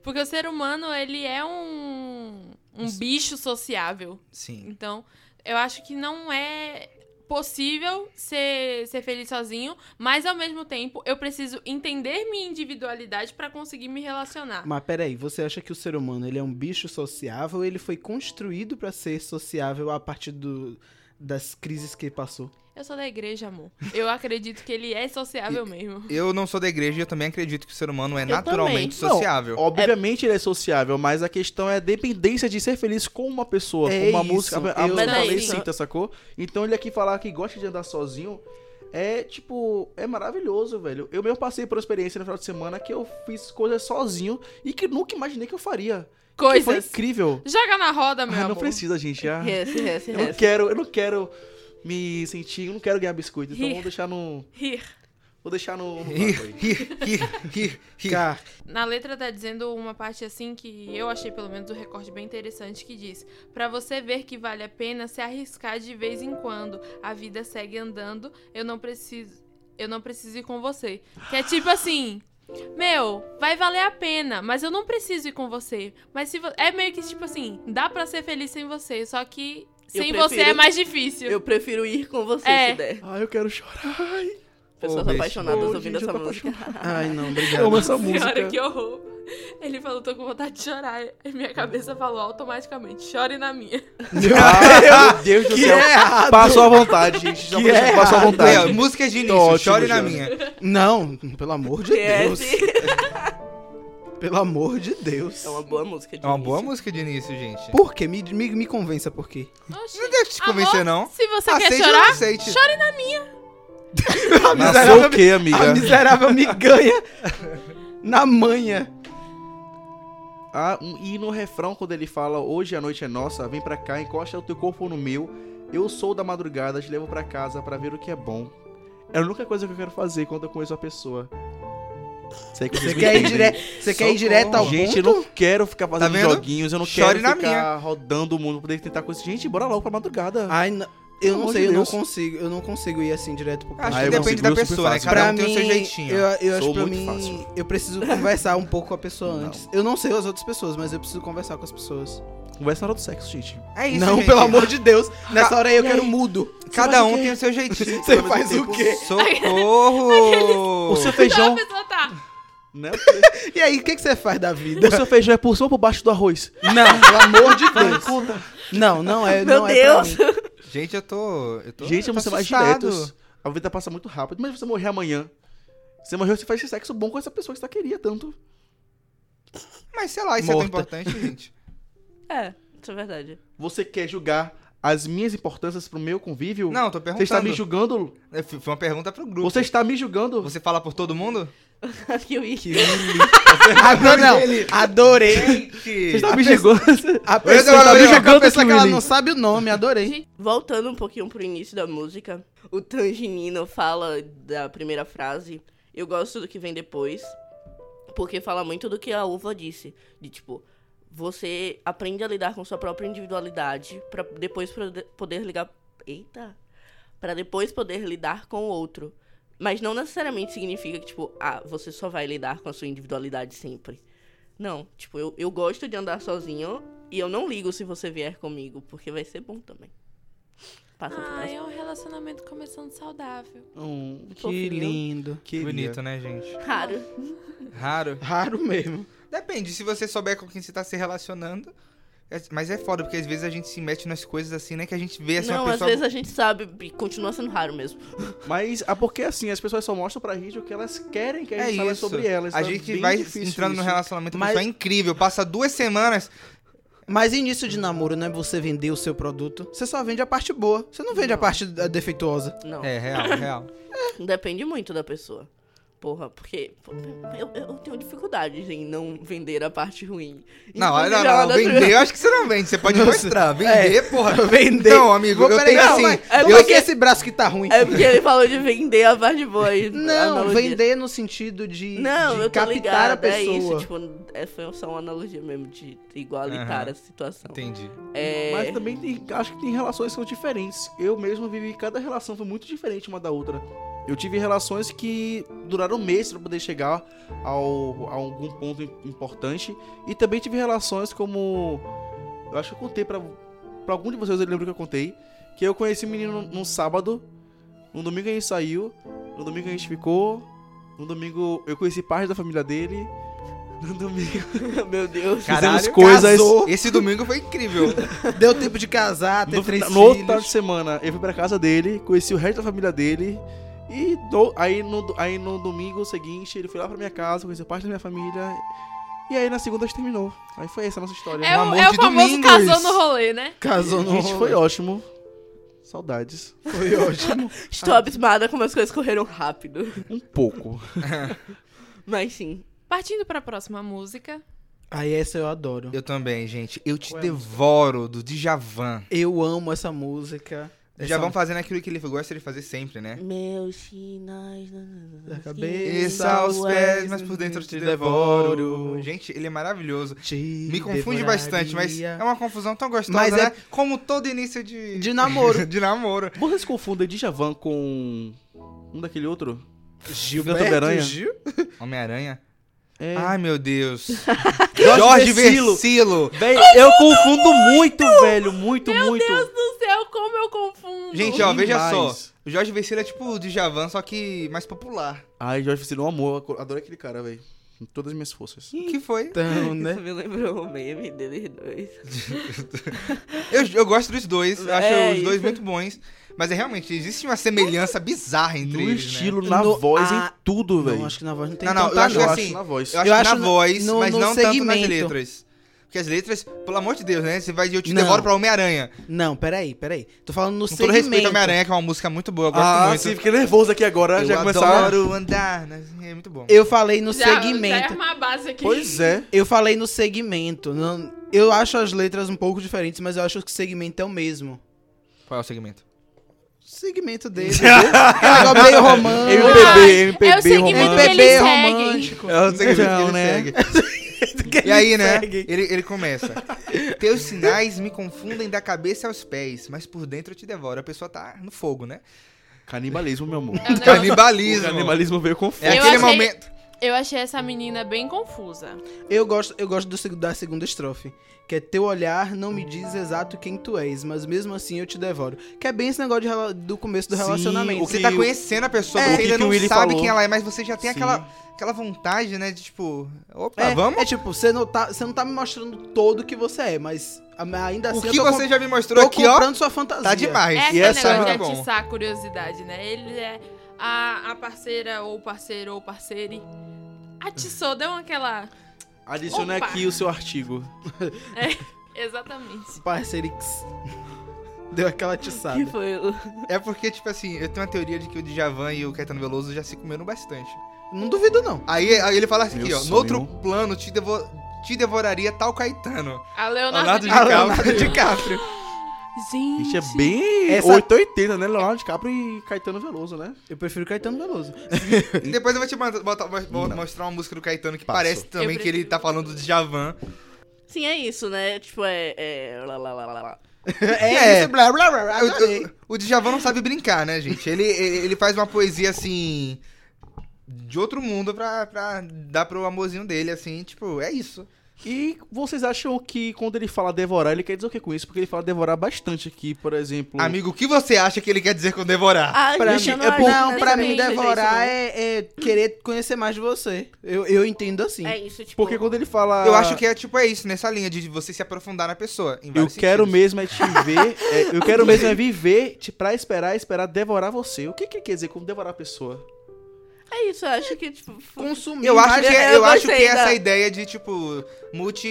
Speaker 5: Porque o ser humano, ele é um, um bicho sociável.
Speaker 4: Sim.
Speaker 5: Então, eu acho que não é possível ser, ser feliz sozinho, mas ao mesmo tempo eu preciso entender minha individualidade pra conseguir me relacionar.
Speaker 3: Mas peraí, você acha que o ser humano ele é um bicho sociável ou ele foi construído pra ser sociável a partir do, das crises que passou?
Speaker 5: Eu sou da igreja, amor. Eu acredito que ele é sociável mesmo.
Speaker 4: Eu não sou da igreja e eu também acredito que o ser humano é
Speaker 2: Eu
Speaker 4: naturalmente
Speaker 1: também.
Speaker 4: sociável.
Speaker 1: Obviamente ele é sociável, mas a questão é a dependência de ser feliz com uma pessoa,
Speaker 3: É
Speaker 1: com uma
Speaker 3: isso,
Speaker 1: música. A, a música
Speaker 3: eu-
Speaker 2: Mas é
Speaker 1: falei
Speaker 2: isso.
Speaker 1: cita, sacou? Então ele aqui falar que gosta de andar sozinho é tipo, é maravilhoso, velho. Eu mesmo passei por uma experiência no final de semana que eu fiz coisas sozinho e que nunca imaginei que eu faria. Que Foi
Speaker 5: Coisas.
Speaker 1: incrível.
Speaker 5: Joga na roda, meu
Speaker 1: Ah, não
Speaker 5: amor.
Speaker 1: precisa, gente. Ah,
Speaker 2: Yes, yes,
Speaker 1: eu não
Speaker 2: yes.
Speaker 1: quero, eu não quero me sentir, eu não quero ganhar biscoito. Então
Speaker 5: Rir.
Speaker 1: vou deixar no.
Speaker 5: Rir.
Speaker 1: Vou deixar no.
Speaker 4: Rir, rir, rir, rir, rir.
Speaker 3: Cara,
Speaker 5: Na letra tá dizendo uma parte assim que eu achei pelo menos o recorte bem interessante que diz: Pra você ver que vale a pena se arriscar de vez em quando. A vida segue andando, eu não preciso, eu não preciso ir com você". Que é tipo assim: meu, vai valer a pena, mas eu não preciso ir com você. Mas se vo- é meio que tipo assim, dá pra ser feliz sem você, só que sem você
Speaker 2: prefiro-
Speaker 5: é mais difícil.
Speaker 2: Eu prefiro ir com você
Speaker 5: É.
Speaker 2: se der.
Speaker 1: Ah, eu quero chorar. Ai,
Speaker 2: Pessoas
Speaker 4: beijo.
Speaker 2: apaixonadas
Speaker 1: Ô,
Speaker 2: ouvindo
Speaker 1: gente, eu
Speaker 2: essa
Speaker 1: tô
Speaker 2: música.
Speaker 3: ai não,
Speaker 1: eu amo
Speaker 3: obrigado.
Speaker 1: essa música.
Speaker 5: Senhora, que horror. Ele falou, tô com vontade de chorar. E minha cabeça falou automaticamente, chore na minha.
Speaker 1: Ah, meu Deus do
Speaker 3: Que
Speaker 1: céu.
Speaker 3: errado!
Speaker 1: Passou à vontade, gente. Já
Speaker 3: Que
Speaker 1: foi-
Speaker 3: errado.
Speaker 1: passou à
Speaker 4: Aí, ó,
Speaker 1: vontade.
Speaker 4: músicas de início,
Speaker 1: ótimo,
Speaker 4: chore na
Speaker 1: já.
Speaker 4: minha.
Speaker 3: Não, pelo amor de Deus.
Speaker 2: Yes.
Speaker 3: Pelo amor de Deus.
Speaker 2: É uma boa música de
Speaker 4: É uma
Speaker 2: início.
Speaker 4: boa música de início, gente.
Speaker 3: Por quê? Me, me, me convença por quê.
Speaker 5: Oxi.
Speaker 4: Não deixa te convencer,
Speaker 5: Amor,
Speaker 4: não. Ah, um
Speaker 5: Se você quer
Speaker 4: aceite ou não
Speaker 5: chorar,
Speaker 4: aceite.
Speaker 3: A
Speaker 1: Nasceu o
Speaker 3: miserável,
Speaker 1: quê,
Speaker 3: a
Speaker 1: amiga?
Speaker 3: miserável me ganha na manha.
Speaker 1: Ah, um- e no refrão, quando ele fala Hoje a noite é nossa, vem pra cá, encosta o teu corpo no meu. Eu sou da madrugada, te levo pra casa pra ver o que é bom. É a única coisa que eu quero fazer quando eu conheço a pessoa. Sei que
Speaker 3: Você
Speaker 1: vocês me
Speaker 3: quer ir,
Speaker 1: entendem.
Speaker 3: dire... você quer
Speaker 4: Socorro.
Speaker 3: ir direto ao
Speaker 1: Gente, eu
Speaker 3: ponto?
Speaker 1: não quero ficar fazendo
Speaker 4: vendo?
Speaker 1: joguinhos, eu não
Speaker 4: Chore
Speaker 1: quero
Speaker 4: na
Speaker 1: ficar
Speaker 4: minha.
Speaker 1: rodando o mundo pra poder tentar coisas. Gente, bora logo pra madrugada.
Speaker 3: Ai, não- eu
Speaker 1: Pelo
Speaker 3: não
Speaker 1: amor
Speaker 3: sei,
Speaker 1: de
Speaker 3: eu não
Speaker 1: Deus.
Speaker 3: consigo, eu não consigo ir assim direto pro
Speaker 4: Acho
Speaker 1: Ah,
Speaker 4: que
Speaker 1: eu
Speaker 4: depende
Speaker 1: consigo,
Speaker 4: da
Speaker 3: é
Speaker 1: eu super
Speaker 4: pessoa, né?
Speaker 1: faço.
Speaker 4: Cada
Speaker 3: pra
Speaker 4: um
Speaker 3: mim,
Speaker 4: tem o seu jeitinho.
Speaker 3: Eu, eu acho
Speaker 1: Sou
Speaker 3: pra
Speaker 1: muito
Speaker 3: mim,
Speaker 1: fácil.
Speaker 3: eu preciso conversar um pouco com a pessoa
Speaker 1: Não.
Speaker 3: antes. Eu não sei as outras pessoas, mas eu preciso conversar com as pessoas.
Speaker 1: Conversa na hora do sexo, gente.
Speaker 4: É isso,
Speaker 3: não,
Speaker 4: gente. Ah,
Speaker 3: pelo amor de Deus, nessa hora aí eu
Speaker 1: E
Speaker 3: quero
Speaker 1: aí?
Speaker 3: mudo.
Speaker 4: Cada um tem o seu jeitinho.
Speaker 3: Você
Speaker 4: Ao mesmo
Speaker 3: faz o
Speaker 4: tempo,
Speaker 3: quê?
Speaker 4: Socorro!
Speaker 1: O seu
Speaker 5: então a
Speaker 1: feijão,
Speaker 5: pessoa tá.
Speaker 1: né?
Speaker 3: E aí, o que, que você faz da vida?
Speaker 1: O seu feijão é por cima ou por baixo do arroz?
Speaker 3: Não, pelo amor de
Speaker 1: Vai,
Speaker 3: Deus.
Speaker 1: conta.
Speaker 3: Não, não é,
Speaker 2: Meu
Speaker 3: não é
Speaker 2: Deus!
Speaker 3: pra mim.
Speaker 4: Gente, eu tô. Eu tô
Speaker 1: Gente,
Speaker 4: eu tô
Speaker 1: vamos ser mais
Speaker 4: assustado.
Speaker 1: diretos. A vida passa muito rápido, mas você morrer amanhã. Você morreu, você faz esse sexo bom com essa pessoa que você tá queria tanto.
Speaker 4: Mas sei lá, isso é
Speaker 1: Morta.
Speaker 4: tão importante, gente.
Speaker 2: É, isso é verdade.
Speaker 1: Você quer julgar as minhas importâncias pro meu convívio?
Speaker 4: Não, eu tô
Speaker 1: Você
Speaker 4: perguntando.
Speaker 1: está me julgando?
Speaker 4: tá É, f- Foi uma pergunta pro grupo.
Speaker 1: Você está me julgando?
Speaker 4: Você fala por todo mundo?
Speaker 2: que eu ia.
Speaker 3: Que lindo. Agora Ah, não, adorei.
Speaker 1: Você
Speaker 4: Gente!
Speaker 1: está me julgando?
Speaker 3: A pessoa
Speaker 4: não,
Speaker 3: tá
Speaker 4: não,
Speaker 3: me
Speaker 4: não,
Speaker 3: julgando,
Speaker 1: não,
Speaker 3: pensa que ela
Speaker 1: Willy.
Speaker 3: não sabe o nome, adorei.
Speaker 2: Voltando um pouquinho pro início da música, o Tanginino fala da primeira frase, eu gosto do que vem depois, porque fala muito do que a uva disse, de tipo, você aprende a lidar com sua própria individualidade pra depois prode- poder ligar, eita, Pra depois poder lidar com o outro. Mas não necessariamente significa que tipo, ah, você só vai lidar com a sua individualidade sempre. Não, tipo, eu, eu gosto de andar sozinho e eu não ligo se você vier comigo, porque vai ser bom também. Passa pro
Speaker 5: Ah,
Speaker 2: próximo.
Speaker 5: é um relacionamento começando saudável.
Speaker 1: Hum,
Speaker 3: Que
Speaker 2: Fofinho.
Speaker 3: lindo.
Speaker 1: queria.
Speaker 4: Bonito, né, gente?
Speaker 2: Raro.
Speaker 4: Raro.
Speaker 3: Raro mesmo.
Speaker 4: Depende, se você souber com quem você tá se relacionando, É- Mas é foda, porque às vezes a gente se mete nas coisas assim, né? Que a gente vê assim
Speaker 2: não, às
Speaker 4: uma pessoa.
Speaker 2: vezes a gente sabe e continua sendo raro mesmo.
Speaker 1: Mas ah, porque assim, as pessoas só mostram pra gente o que elas querem que a
Speaker 4: É
Speaker 1: gente fale
Speaker 4: isso.
Speaker 1: sobre elas.
Speaker 4: a
Speaker 1: Então é
Speaker 4: gente
Speaker 1: bem
Speaker 4: vai
Speaker 1: difícil
Speaker 4: entrando num
Speaker 1: isso.
Speaker 4: relacionamento com
Speaker 3: Mas-
Speaker 4: pessoa é incrível, passa duas semanas.
Speaker 3: Mas início de namoro não é você vender o seu produto. Você só vende a parte boa. Você não vende a parte eh, defeituosa.
Speaker 2: Não,
Speaker 4: É, real, real.
Speaker 2: depende muito da pessoa. Porra, porque pô, eu, eu tenho dificuldade em não vender a parte ruim.
Speaker 4: Não,
Speaker 2: Inclusive,
Speaker 4: olha, não,
Speaker 2: ela
Speaker 4: não,
Speaker 2: da-
Speaker 4: vender, eu acho que você não vende, você pode mostrar. Vender, porra.
Speaker 3: É. Vender.
Speaker 4: Não, amigo,
Speaker 3: Vou-
Speaker 4: eu
Speaker 3: peraí,
Speaker 4: tenho
Speaker 3: não,
Speaker 4: assim.
Speaker 2: é
Speaker 3: mas- Como é que
Speaker 2: porque-
Speaker 3: é esse braço que tá ruim?
Speaker 2: É porque ele falou de vender a parte boa. e-
Speaker 3: Não,
Speaker 2: analogia.
Speaker 3: vender no sentido de,
Speaker 2: Não,
Speaker 3: de
Speaker 2: eu tô
Speaker 3: captar
Speaker 2: ligada,
Speaker 3: a pessoa.
Speaker 2: é isso. Tipo, é, foi só uma analogia mesmo de igualitar
Speaker 4: Aham.
Speaker 2: a situação.
Speaker 4: Entendi.
Speaker 2: É,
Speaker 1: Mas também tem- acho que tem relações que são diferentes. Eu mesmo vivi cada relação foi muito diferente uma da outra. Eu tive relações que duraram um mês pra poder chegar ao, a algum ponto im- importante. E também tive relações como. Eu acho que eu contei pra, pra algum de vocês, eu lembro que eu contei. Que eu conheci um menino num sábado. No domingo a gente saiu. No domingo a gente ficou. No domingo eu conheci parte da família dele. No domingo
Speaker 2: meu Deus.
Speaker 1: fizemos
Speaker 4: Caralho,
Speaker 1: coisas.
Speaker 3: casou.
Speaker 4: Esse domingo foi incrível.
Speaker 3: Deu tempo de casar, ter
Speaker 1: No,
Speaker 3: três
Speaker 1: no outro final
Speaker 3: filhos.
Speaker 1: de semana, eu fui pra casa dele, conheci o resto da família dele. E do- aí, no, do- aí no domingo seguinte, ele foi lá pra minha casa, conheceu parte da minha família. E aí na segunda a gente terminou. Aí foi essa a nossa história.
Speaker 5: É o,
Speaker 4: Um amor
Speaker 5: é o
Speaker 4: de
Speaker 5: famoso
Speaker 4: Domingos.
Speaker 5: casou no rolê, né?
Speaker 3: Casou no
Speaker 1: Gente, foi ótimo. Saudades.
Speaker 3: Foi ótimo.
Speaker 2: Estou abismada como as coisas correram rápido.
Speaker 1: Um pouco.
Speaker 2: Mas sim.
Speaker 5: Partindo pra próxima música.
Speaker 3: Aí essa eu adoro.
Speaker 4: Eu também, gente. Eu te devoro do Djavan.
Speaker 3: Eu amo essa música.
Speaker 4: Djavan
Speaker 3: Essa-
Speaker 4: fazendo aquilo que ele gosta de fazer sempre, né?
Speaker 2: Meus sinais. Da
Speaker 3: cabeça
Speaker 4: Isso aos pés, mas por dentro eu te devoro. Gente, ele é maravilhoso.
Speaker 3: Te
Speaker 4: Me confunde
Speaker 3: devoraria.
Speaker 4: bastante, mas é uma confusão tão gostosa,
Speaker 3: Mas é-
Speaker 4: né? Como todo início de...
Speaker 3: De namoro.
Speaker 4: de namoro.
Speaker 1: Vocês confundem Djavan com. Um daquele outro?
Speaker 3: Gilberto
Speaker 1: Gilberto Aranha.
Speaker 3: Gil?
Speaker 4: Homem-Aranha.
Speaker 1: É.
Speaker 4: Ai, meu Deus. Jorge
Speaker 1: Vercillo.
Speaker 4: Versilo.
Speaker 1: Velho, eu confundo muito, velho. Muito, muito.
Speaker 5: Não sei como eu confundo.
Speaker 4: Gente, ó, veja só.
Speaker 1: Demais.
Speaker 4: O Jorge Versilo é tipo o Djavan, só que mais popular.
Speaker 1: Ai, Jorge Versilo, um amor. eu Adoro aquele cara, velho. Com todas as minhas forças.
Speaker 4: O que foi?
Speaker 3: Então, né?
Speaker 2: Isso me lembrou o meme deles dois.
Speaker 4: Eu, eu gosto dos dois, eu acho
Speaker 2: É,
Speaker 4: os dois
Speaker 2: isso.
Speaker 4: muito bons. Mas é realmente, existe uma semelhança bizarra entre
Speaker 1: No
Speaker 4: eles, né?
Speaker 1: estilo, na
Speaker 3: No-
Speaker 1: voz,
Speaker 3: ah,
Speaker 1: em tudo, velho.
Speaker 3: Não, acho que na voz não tem
Speaker 4: Não, não,
Speaker 3: tanta
Speaker 4: eu acho
Speaker 1: né? Eu
Speaker 3: não.
Speaker 1: acho
Speaker 4: assim,
Speaker 1: na
Speaker 4: né?
Speaker 1: voz.
Speaker 4: Eu acho,
Speaker 3: Eu
Speaker 4: que
Speaker 3: acho
Speaker 4: na
Speaker 3: no-
Speaker 4: voz,
Speaker 3: no-
Speaker 4: mas
Speaker 3: no
Speaker 4: não tanto nas
Speaker 3: segmento.
Speaker 4: letras. Porque as letras, pelo amor de Deus, né? Você vai de Eu Te
Speaker 3: Não.
Speaker 4: Devoro pra Homem-Aranha.
Speaker 3: Não, peraí, peraí. Tô falando no
Speaker 4: assim. Com todo respeito
Speaker 3: segmento.
Speaker 4: ao Homem-Aranha, que é uma música muito boa, eu gosto
Speaker 1: Ah,
Speaker 4: muito.
Speaker 1: sim, fiquei nervoso aqui agora.
Speaker 4: eu
Speaker 1: já começaram.
Speaker 4: adoro andar, né? É muito bom.
Speaker 3: eu falei no
Speaker 5: já, já é
Speaker 3: segmento.
Speaker 5: uma base aqui.
Speaker 1: Pois é.
Speaker 3: Eu falei no segmento. Não, eu acho as letras um pouco diferentes, mas eu acho que o segmento é o mesmo.
Speaker 4: Qual é o segmento?
Speaker 3: O segmento dele. Agora meio romântico.
Speaker 1: MPB,
Speaker 5: É o
Speaker 1: MPB,
Speaker 5: segmento que
Speaker 1: romântico.
Speaker 5: eles
Speaker 3: MPB
Speaker 5: seguem.
Speaker 3: romântico.
Speaker 1: É o segmento
Speaker 4: Então,
Speaker 1: que ele
Speaker 4: né?
Speaker 1: segue.
Speaker 4: E aí, né?
Speaker 3: segue.
Speaker 4: Ele, ele começa. Teus sinais me confundem da cabeça aos pés, mas por dentro eu te devoro. A pessoa tá no fogo, né?
Speaker 1: Canibalismo, meu amor.
Speaker 5: É o negócio-
Speaker 1: O
Speaker 4: Canibalismo.
Speaker 1: canibalismo veio com
Speaker 4: É
Speaker 5: Eu
Speaker 1: fome.
Speaker 4: aquele
Speaker 5: achei-
Speaker 4: momento.
Speaker 5: Eu achei essa menina bem confusa.
Speaker 3: Eu gosto, eu gosto do seg- da segunda estrofe, que é teu olhar não me diz exato quem tu és, mas mesmo assim eu te devoro. Que é bem esse negócio de rela- do começo do
Speaker 1: Sim,
Speaker 3: relacionamento.
Speaker 1: o
Speaker 4: Você
Speaker 1: que-
Speaker 4: tá conhecendo a pessoa,
Speaker 1: É, o
Speaker 4: você
Speaker 1: que
Speaker 4: ainda
Speaker 1: que o
Speaker 4: não
Speaker 1: Willy
Speaker 4: sabe
Speaker 1: falou.
Speaker 4: quem ela é, mas você já tem
Speaker 1: Sim.
Speaker 4: aquela, aquela vontade, né? De tipo, opa,
Speaker 3: É,
Speaker 4: vamos?
Speaker 3: é tipo, você não tá, você não tá me mostrando todo o que você é, mas a-
Speaker 1: É
Speaker 3: ainda assim
Speaker 4: O que
Speaker 3: eu tô,
Speaker 4: você
Speaker 3: com-
Speaker 4: já me mostrou
Speaker 3: tô
Speaker 4: aqui, ó,
Speaker 3: comprando sua fantasia.
Speaker 4: tá demais.
Speaker 5: Essa
Speaker 1: E essa é
Speaker 5: negócio
Speaker 4: muito
Speaker 5: de
Speaker 4: bom.
Speaker 5: atiçar a curiosidade, né? Ele é a, a parceira ou parceiro ou parceire. Atiçou, deu aquela.
Speaker 1: Adicione
Speaker 5: Opa.
Speaker 1: aqui o seu artigo.
Speaker 5: Exatamente.
Speaker 3: Parcerix. Deu aquela atiçada.
Speaker 2: Que foi o.
Speaker 4: É porque, tipo assim, eu tenho uma teoria de que o Djavan e o Caetano Veloso já se comeram bastante.
Speaker 3: Não duvido não.
Speaker 4: Aí, aí ele fala assim,
Speaker 1: Meu
Speaker 4: aqui, ó,
Speaker 1: sonho.
Speaker 4: no outro plano te, devo- te devoraria tal Caetano.
Speaker 5: A Ah, Leonardo,
Speaker 4: Leonardo
Speaker 5: de
Speaker 4: DiCaprio. DiCaprio.
Speaker 5: Gente.
Speaker 1: Gente, é bem
Speaker 3: Essa-
Speaker 1: 880, né? Leonardo DiCaprio e Caetano Veloso, né?
Speaker 3: Eu prefiro Caetano Veloso.
Speaker 4: E Depois eu vou te manda- botar- vou- vou mostrar uma música do Caetano que
Speaker 1: Passo.
Speaker 4: parece também
Speaker 5: Eu
Speaker 4: que ele
Speaker 5: prefiro-
Speaker 4: tá falando do Djavan.
Speaker 2: Sim, é isso, né? Tipo, é. é... Lá, lá, lá, lá, lá.
Speaker 4: É.
Speaker 3: isso, blá blá blá. blá,
Speaker 4: Eu- eu-
Speaker 3: Ah, adorei.
Speaker 4: o Djavan não sabe brincar, né, gente? Ele, ele ele faz uma poesia, assim, de outro mundo pra, pra dar pro amorzinho dele, assim, tipo, é isso.
Speaker 1: E vocês acham que quando ele fala devorar, ele quer dizer o que com isso? Porque ele fala devorar bastante aqui, por exemplo.
Speaker 4: Amigo, o que você acha que ele quer dizer com devorar?
Speaker 2: Ah,
Speaker 3: Pra
Speaker 2: gente, eu
Speaker 3: mim, é
Speaker 2: acho
Speaker 3: por-
Speaker 2: que
Speaker 3: não, pra mim,
Speaker 2: necessariamente
Speaker 3: devorar
Speaker 4: né?
Speaker 2: isso,
Speaker 3: é, é querer conhecer mais de você. Eu, eu entendo assim.
Speaker 2: não. É isso, tipo.
Speaker 1: Porque quando ele fala.
Speaker 4: Eu acho que é tipo é isso, nessa linha de você se aprofundar na pessoa. em
Speaker 1: Eu
Speaker 4: vários
Speaker 1: quero
Speaker 4: sentidos.
Speaker 1: mesmo é te ver. é, eu quero mesmo é viver te, pra esperar, esperar devorar você. O que que ele quer dizer com devorar a pessoa?
Speaker 2: É isso, eu acho que, tipo. fu-
Speaker 3: Consumir.
Speaker 4: Eu acho que, é-
Speaker 2: Eu
Speaker 4: eu acho que é
Speaker 2: gostei da-
Speaker 4: essa ideia de, tipo,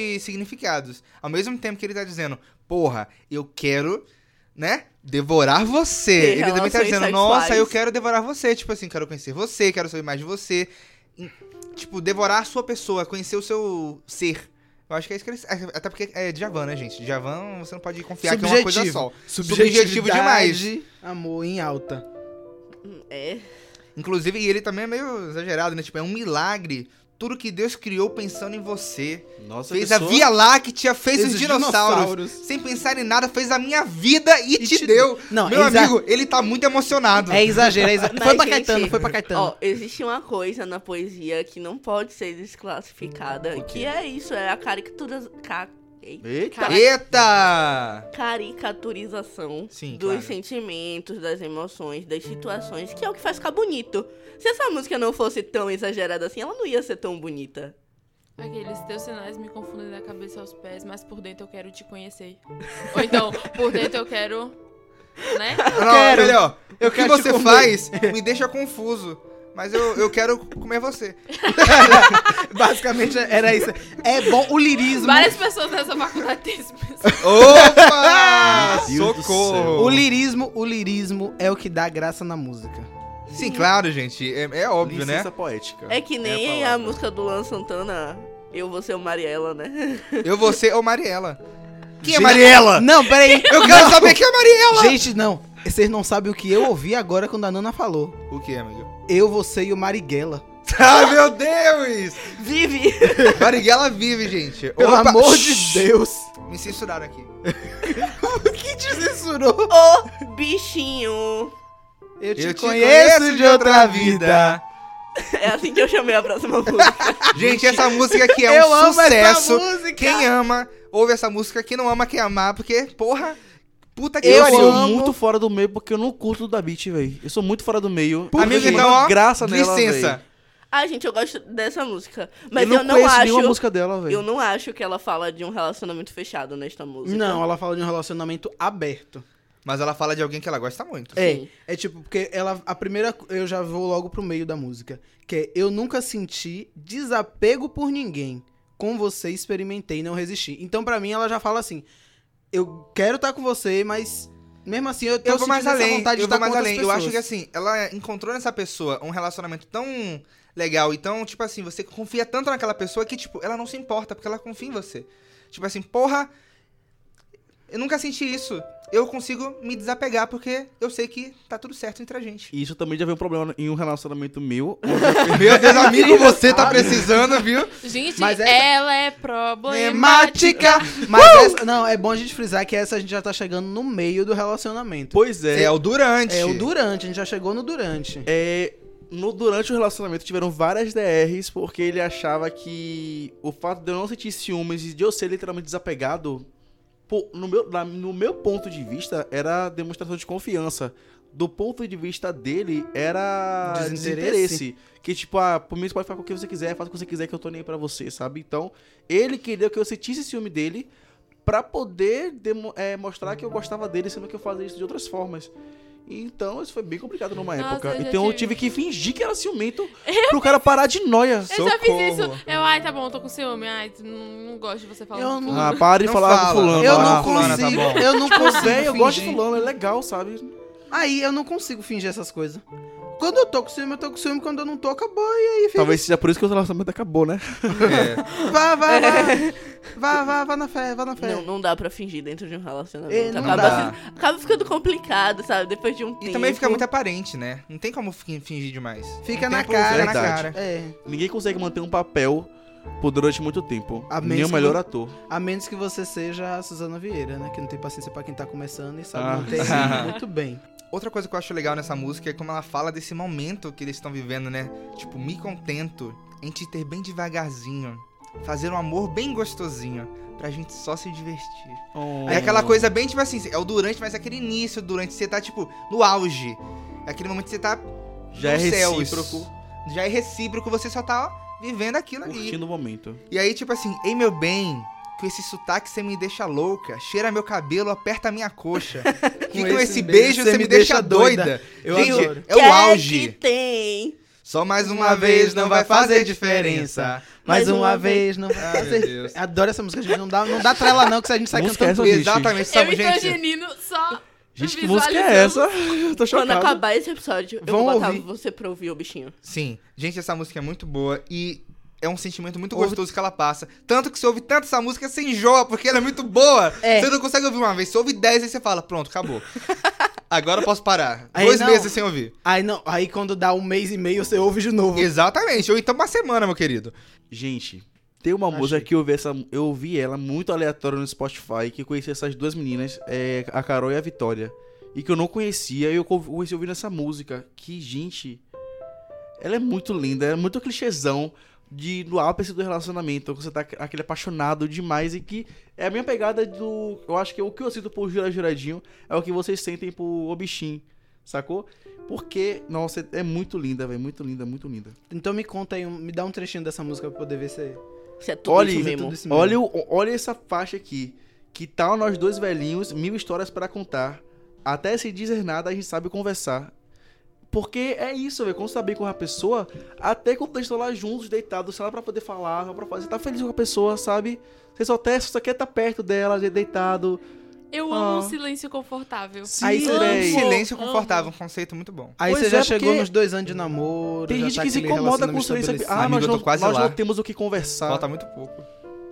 Speaker 4: multissignificados. Ao mesmo tempo que ele tá dizendo, porra, eu quero, né, devorar você.
Speaker 2: Ter
Speaker 4: ele também tá
Speaker 2: relações
Speaker 4: dizendo,
Speaker 2: sexuais.
Speaker 4: nossa, eu quero devorar você. Tipo assim, quero conhecer você, quero saber mais de você. E, Tipo, devorar a sua pessoa, conhecer o seu ser. Eu acho que é isso que ele... Até porque é Djavan, né, gente? Djavan, você não pode confiar que é uma coisa
Speaker 3: Subjetivo.
Speaker 4: só. Subjetivo demais.
Speaker 3: Amor em alta. Hum,
Speaker 2: É.
Speaker 4: Inclusive, e ele também é meio exagerado, né? Tipo, é um milagre. Tudo que Deus criou pensando em você.
Speaker 1: Nossa,
Speaker 4: fez a Via Láctea, fez os
Speaker 3: Esses
Speaker 4: dinossauros. Sem pensar em nada, fez a minha vida e, te, deu.
Speaker 3: Não,
Speaker 4: Meu
Speaker 3: é exa-
Speaker 4: amigo, ele tá muito emocionado.
Speaker 3: É exagero, é exagero.
Speaker 2: Mas,
Speaker 3: Foi pra
Speaker 2: gente,
Speaker 3: Caetano, foi pra Caetano.
Speaker 2: Ó, existe uma coisa na poesia que não pode ser
Speaker 3: Hum,
Speaker 2: desclassificada, que é isso, é a caricatura, ca- eita,
Speaker 1: Eita!
Speaker 2: Cara-
Speaker 4: é Eita!
Speaker 2: caricaturização
Speaker 4: Sim,
Speaker 2: dos
Speaker 4: claro.
Speaker 2: sentimentos, das emoções, das situações, que é o que faz ficar bonito. Se essa música não fosse tão exagerada assim, ela não ia ser tão bonita.
Speaker 5: Aqueles teus sinais me confundem da cabeça aos pés, mas por dentro eu quero te conhecer. Ou então, por dentro eu quero. Né?
Speaker 4: Não,
Speaker 3: quero.
Speaker 4: melhor,
Speaker 3: Eu
Speaker 4: É o que
Speaker 3: quero te
Speaker 4: você
Speaker 3: comer.
Speaker 4: faz me deixa confuso. Mas eu, eu quero comer você.
Speaker 3: Basicamente era isso. É bom o lirismo.
Speaker 5: Várias pessoas nessa faculdade têm esse pensamento.
Speaker 4: Opa!
Speaker 1: Meu Deus do
Speaker 4: Socorro!
Speaker 3: O lirismo, o lirismo é o que dá graça na música.
Speaker 4: Sim, claro, gente. É, é óbvio, né?
Speaker 1: Licença poética.
Speaker 2: É que nem
Speaker 1: a
Speaker 2: a,
Speaker 1: palavra.
Speaker 2: música do Luan Santana, Eu Vou Ser o Mariela, né?
Speaker 4: Eu, você ou Mariela. Quem é
Speaker 3: Gente-
Speaker 4: Mariela?
Speaker 3: Não, peraí.
Speaker 4: Eu quero saber quem é Mariela!
Speaker 3: Gente, não. Vocês não sabem o que eu ouvi agora quando a Nana falou.
Speaker 4: O que, amigo?
Speaker 3: Eu, você e o Marighella.
Speaker 4: Ah, meu Deus!
Speaker 2: Vive!
Speaker 4: Marighella vive, gente.
Speaker 3: Pelo
Speaker 4: Opa,
Speaker 3: amor
Speaker 4: shh,
Speaker 3: de Deus.
Speaker 4: Me censuraram aqui.
Speaker 3: Que te censurou?
Speaker 2: Ô, bichinho!
Speaker 3: Eu te,
Speaker 4: Eu te
Speaker 3: conheço,
Speaker 4: conheço
Speaker 3: de outra vida.
Speaker 2: É assim que eu chamei a próxima música.
Speaker 4: Gente, essa música aqui é
Speaker 3: eu
Speaker 4: um
Speaker 3: amo essa
Speaker 4: sucesso.
Speaker 3: música.
Speaker 4: Quem ama, ouve essa música. Quem não ama, quer amar, porque, porra, puta que
Speaker 1: Eu,
Speaker 3: Eu
Speaker 1: sou
Speaker 3: amo-
Speaker 1: muito fora do meio porque eu não curto o da Beat, velho. Eu sou muito fora do meio.
Speaker 4: Amigo,
Speaker 1: Eu vejo
Speaker 4: então,
Speaker 1: uma
Speaker 4: ó,
Speaker 1: graça nela,
Speaker 4: Licença.
Speaker 2: Ah, gente, eu gosto dessa música. Mas
Speaker 1: eu
Speaker 2: eu
Speaker 1: não conheço
Speaker 2: acho.
Speaker 1: nenhuma música dela,
Speaker 2: Eu
Speaker 1: velho.
Speaker 2: não acho que ela fala de um relacionamento fechado nesta música.
Speaker 3: Não, ela fala de um relacionamento aberto.
Speaker 4: Mas ela fala de alguém que ela gosta muito.
Speaker 3: É, é tipo, porque ela. A primeira. Eu já vou logo pro meio da música. Que é Eu nunca senti desapego por ninguém. Com você experimentei, não resisti. Então, pra mim, ela já fala assim: Eu quero estar com você, mas. Mesmo assim, eu tô
Speaker 4: Eu vou
Speaker 3: sentindo
Speaker 4: mais
Speaker 3: essa
Speaker 4: além,
Speaker 3: vontade de
Speaker 4: eu
Speaker 3: estar
Speaker 4: vou
Speaker 3: com
Speaker 4: mais
Speaker 3: outras
Speaker 4: além. Eu
Speaker 3: pessoas.
Speaker 4: acho que assim, ela encontrou nessa pessoa um relacionamento tão legal e tão, tipo assim, você confia tanto naquela pessoa que, tipo, ela não se importa, porque ela confia em você. Tipo assim, porra, eu nunca senti isso. Eu consigo me desapegar porque eu sei que tá tudo certo entre a gente.
Speaker 1: E Isso também já veio um problema em um relacionamento meu.
Speaker 4: Meu Deus, amigo, você tá precisando, viu?
Speaker 5: Gente,
Speaker 3: Mas essa-
Speaker 5: ela é problemática.
Speaker 3: Problemática! Mas essa, não, é bom a gente frisar que essa a gente já tá chegando no meio do relacionamento.
Speaker 1: pois é.
Speaker 4: É o durante.
Speaker 3: É o durante, a gente já chegou no durante.
Speaker 1: É, no- durante o relacionamento tiveram várias DRs porque ele achava que o fato de eu não sentir ciúmes e de eu ser literalmente desapegado, pô, no, meu, na- no meu ponto de vista, era demonstração de confiança. Do ponto de vista dele, era
Speaker 3: Desinteresse?
Speaker 1: desinteresse. Que tipo, ah, por mim você pode ficar com o que você quiser, faz o que você quiser que eu tô nem aí pra você, sabe? Então, ele queria que eu sentisse ciúme dele pra poder demo- é, mostrar que eu gostava dele, sendo que eu fazia isso de outras formas. Então, isso foi bem complicado numa
Speaker 5: Nossa,
Speaker 1: época.
Speaker 5: eu já
Speaker 1: então, eu tive
Speaker 5: tive-
Speaker 1: que fingir que era ciumento pro cara parar de noia.
Speaker 5: Eu já fiz isso.
Speaker 4: Socorro.
Speaker 5: Eu, ai, tá bom, tô com ciúme. Ai, não, não gosto de você falar.
Speaker 3: Eu
Speaker 5: com
Speaker 3: não-
Speaker 5: fulano.
Speaker 1: Ah, para de
Speaker 4: Não
Speaker 1: falar
Speaker 4: fala.
Speaker 1: com fulano.
Speaker 3: Eu
Speaker 1: ah,
Speaker 3: não
Speaker 4: fulana, tá
Speaker 3: consigo,
Speaker 4: bom.
Speaker 3: eu não
Speaker 1: Tipo,
Speaker 3: consigo.
Speaker 1: velho, eu gosto de
Speaker 3: fingir.
Speaker 1: fulano, é legal, sabe?
Speaker 3: Aí eu não consigo fingir essas coisas. Quando eu tô com ciúme, eu tô com ciúme. Quando eu não tô, acabou. E aí, filho?
Speaker 1: Talvez seja por isso que o relacionamento acabou, né?
Speaker 4: É.
Speaker 3: Vá, vá, vá. Vá, vá, vá na fé, vá na fé.
Speaker 2: Não, não dá pra fingir dentro de um relacionamento.
Speaker 3: É, não
Speaker 2: acaba,
Speaker 3: dá.
Speaker 2: se- acaba ficando complicado, sabe? Depois de um tempo.
Speaker 4: E também fica muito aparente, né? Não tem como fin- fingir demais.
Speaker 3: Fica
Speaker 4: O
Speaker 3: na
Speaker 4: tempo
Speaker 3: cara.
Speaker 4: fica na cara.
Speaker 3: É.
Speaker 1: Ninguém consegue manter um papel por durante muito tempo.
Speaker 3: A menos
Speaker 1: Nem o
Speaker 3: que
Speaker 1: melhor
Speaker 3: não-
Speaker 1: ator.
Speaker 3: A menos que você seja a Suzana Vieira, né? Que não tem paciência pra quem tá começando e sabe
Speaker 1: Ah.
Speaker 3: manter
Speaker 4: Ah.
Speaker 3: muito bem.
Speaker 4: Outra coisa que eu acho legal nessa música é como ela fala desse momento que eles estão vivendo, né? Tipo, me contento em te ter bem devagarzinho. fazer um amor bem gostosinho. Pra gente só se divertir.
Speaker 1: Oh.
Speaker 4: Aí É aquela coisa bem, tipo assim, é o durante, mas é aquele início, durante você tá, tipo, no auge. É aquele momento que você tá
Speaker 1: Já é
Speaker 4: nos céus.
Speaker 1: recíproco,
Speaker 4: Já é recíproco, você só tá ó, vivendo aquilo ali.
Speaker 1: curtindo o momento.
Speaker 4: E aí, tipo assim, ei meu bem, com esse sotaque você me deixa louca, cheira meu cabelo, aperta minha coxa. e com esse beijo você me deixa doida.
Speaker 3: Eu
Speaker 4: Gente,
Speaker 3: adoro.
Speaker 4: é o
Speaker 2: É
Speaker 4: auge.
Speaker 2: que tem.
Speaker 4: Só mais uma vez não vai fazer diferença.
Speaker 3: Mais uma vez, não vai
Speaker 4: Ah, meu Deus.
Speaker 3: Adoro essa música, gente. Não dá, não dá trela não, que a gente sai
Speaker 1: Música é
Speaker 3: cantando.
Speaker 1: essa, bicho.
Speaker 4: Exatamente,
Speaker 5: Eu
Speaker 4: sabe,
Speaker 5: e
Speaker 4: gente?
Speaker 5: Tangenino só.
Speaker 1: Gente, que música é essa? Eu tô
Speaker 2: Quando
Speaker 1: chocado.
Speaker 2: acabar esse episódio, eu
Speaker 4: Vão
Speaker 2: vou botar
Speaker 4: ouvir.
Speaker 2: você pra ouvir o bichinho.
Speaker 4: Sim, gente, essa música é muito boa e é um sentimento muito
Speaker 3: Ouve-
Speaker 4: gostoso que ela passa. Tanto que você ouve tanto essa música, você enjoa, porque ela é muito boa.
Speaker 3: É.
Speaker 4: Você não consegue ouvir uma vez, você ouve 10 e você fala, pronto, acabou. Agora eu posso parar.
Speaker 3: Aí
Speaker 4: Dois
Speaker 3: não.
Speaker 4: meses sem ouvir.
Speaker 3: Aí não, aí quando dá um mês e meio, você ouve de novo.
Speaker 4: Exatamente, ou então uma semana, meu querido.
Speaker 1: Gente, tem uma
Speaker 3: Achei.
Speaker 1: música que eu ouvi, essa, eu ouvi ela muito aleatória no Spotify, que eu conheci essas duas meninas, é, a Carol e a Vitória. E que eu não conhecia, e eu co- conheci ouvindo essa música. Que, gente, ela é muito linda, é muito clichêzão de no ápice do relacionamento, quando você tá aquele apaixonado demais e que é a minha pegada do. Eu acho que é o que eu sinto por Jura Juradinho é o que vocês sentem por O Bichinho, sacou? Porque, nossa, é muito linda, velho, muito linda, muito linda.
Speaker 3: Então me conta aí, um- me dá um trechinho dessa música pra eu poder ver se é.
Speaker 2: Você é tudo
Speaker 1: Olha,
Speaker 2: isso
Speaker 1: isso,
Speaker 2: mesmo.
Speaker 3: tudo isso mesmo.
Speaker 1: olha, o- olha essa faixa aqui. Que tal nós dois velhinhos, mil histórias para contar? Até se dizer nada, a gente sabe conversar. Porque é isso, velho. Quando você tá bem com uma pessoa, até quando vocês estão lá juntos, deitados, sei lá, pra poder falar, só pra fazer. Você tá feliz com a pessoa, sabe? Você só, até, só quer estar perto dela, de- deitado.
Speaker 5: Eu amo
Speaker 1: Ah.
Speaker 5: um silêncio confortável.
Speaker 1: Aí
Speaker 3: Sim,
Speaker 1: véi.
Speaker 5: amo.
Speaker 4: Um Silêncio
Speaker 5: amo.
Speaker 4: confortável, um conceito muito bom.
Speaker 3: Aí
Speaker 1: Pois
Speaker 3: você já
Speaker 1: é,
Speaker 3: chegou
Speaker 1: porque
Speaker 3: nos dois anos de namoro.
Speaker 1: Tem
Speaker 3: já
Speaker 1: gente
Speaker 3: tá
Speaker 1: que se
Speaker 3: aquele
Speaker 1: incomoda com o
Speaker 3: relacionamento
Speaker 1: silêncio. sabe?
Speaker 3: estabelecido.
Speaker 1: Ah,
Speaker 4: Amigo,
Speaker 1: nós,
Speaker 4: eu tô
Speaker 1: não,
Speaker 4: quase
Speaker 1: nós
Speaker 4: lá.
Speaker 1: não temos o que
Speaker 3: Tá.
Speaker 1: conversar.
Speaker 4: Falta muito pouco.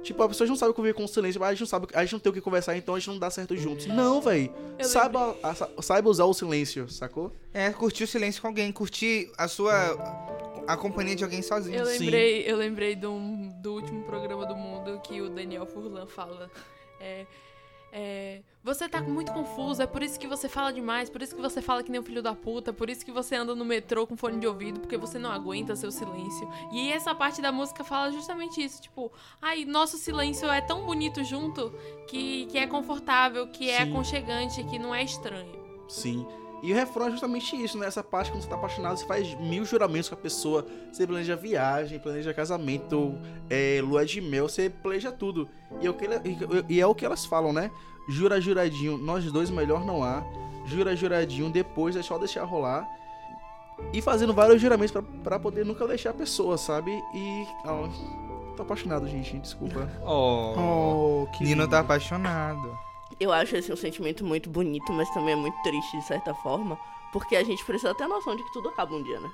Speaker 1: Tipo, as pessoas não sabem conviver com o silêncio, mas a gente não sabe, a gente não tem o que conversar, então a gente não dá certo juntos. Não, velho.
Speaker 5: Eu
Speaker 1: Saiba, a- sa- saiba usar o silêncio, sacou?
Speaker 4: É, curtir o silêncio com alguém, curtir a sua. a companhia de alguém sozinho.
Speaker 5: Eu
Speaker 1: Sim.
Speaker 5: lembrei, eu lembrei de um- do último programa do mundo que o Daniel Furlan fala. É, é, você tá muito confuso, é por isso que você fala demais, por isso que você fala que nem um filho da puta, por isso que você anda no metrô com fone de ouvido, porque você não aguenta seu silêncio. E essa parte da música fala justamente isso, tipo, ai, nosso silêncio é tão bonito junto que, que é confortável, que é
Speaker 1: Sim.
Speaker 5: aconchegante, que não é estranho.
Speaker 1: Sim. E o refrão é justamente isso, né? Essa parte quando você tá apaixonado, você faz mil juramentos com a pessoa. Você planeja viagem, planeja casamento, é, lua de mel, você planeja tudo. E é, o que ele- e é o que elas falam, né? Jura juradinho, nós dois melhor não há. Jura juradinho, depois é só deixar rolar. E fazendo vários juramentos pra, pra poder nunca deixar a pessoa, sabe? E. ó, tô apaixonado, gente, desculpa. Ah,
Speaker 4: Oh.
Speaker 3: Oh, que
Speaker 4: Nino
Speaker 3: lindo.
Speaker 4: tá apaixonado.
Speaker 2: Eu acho esse um sentimento muito bonito, mas também é muito triste de certa forma. Porque a gente precisa ter a noção de que tudo acaba um dia, né?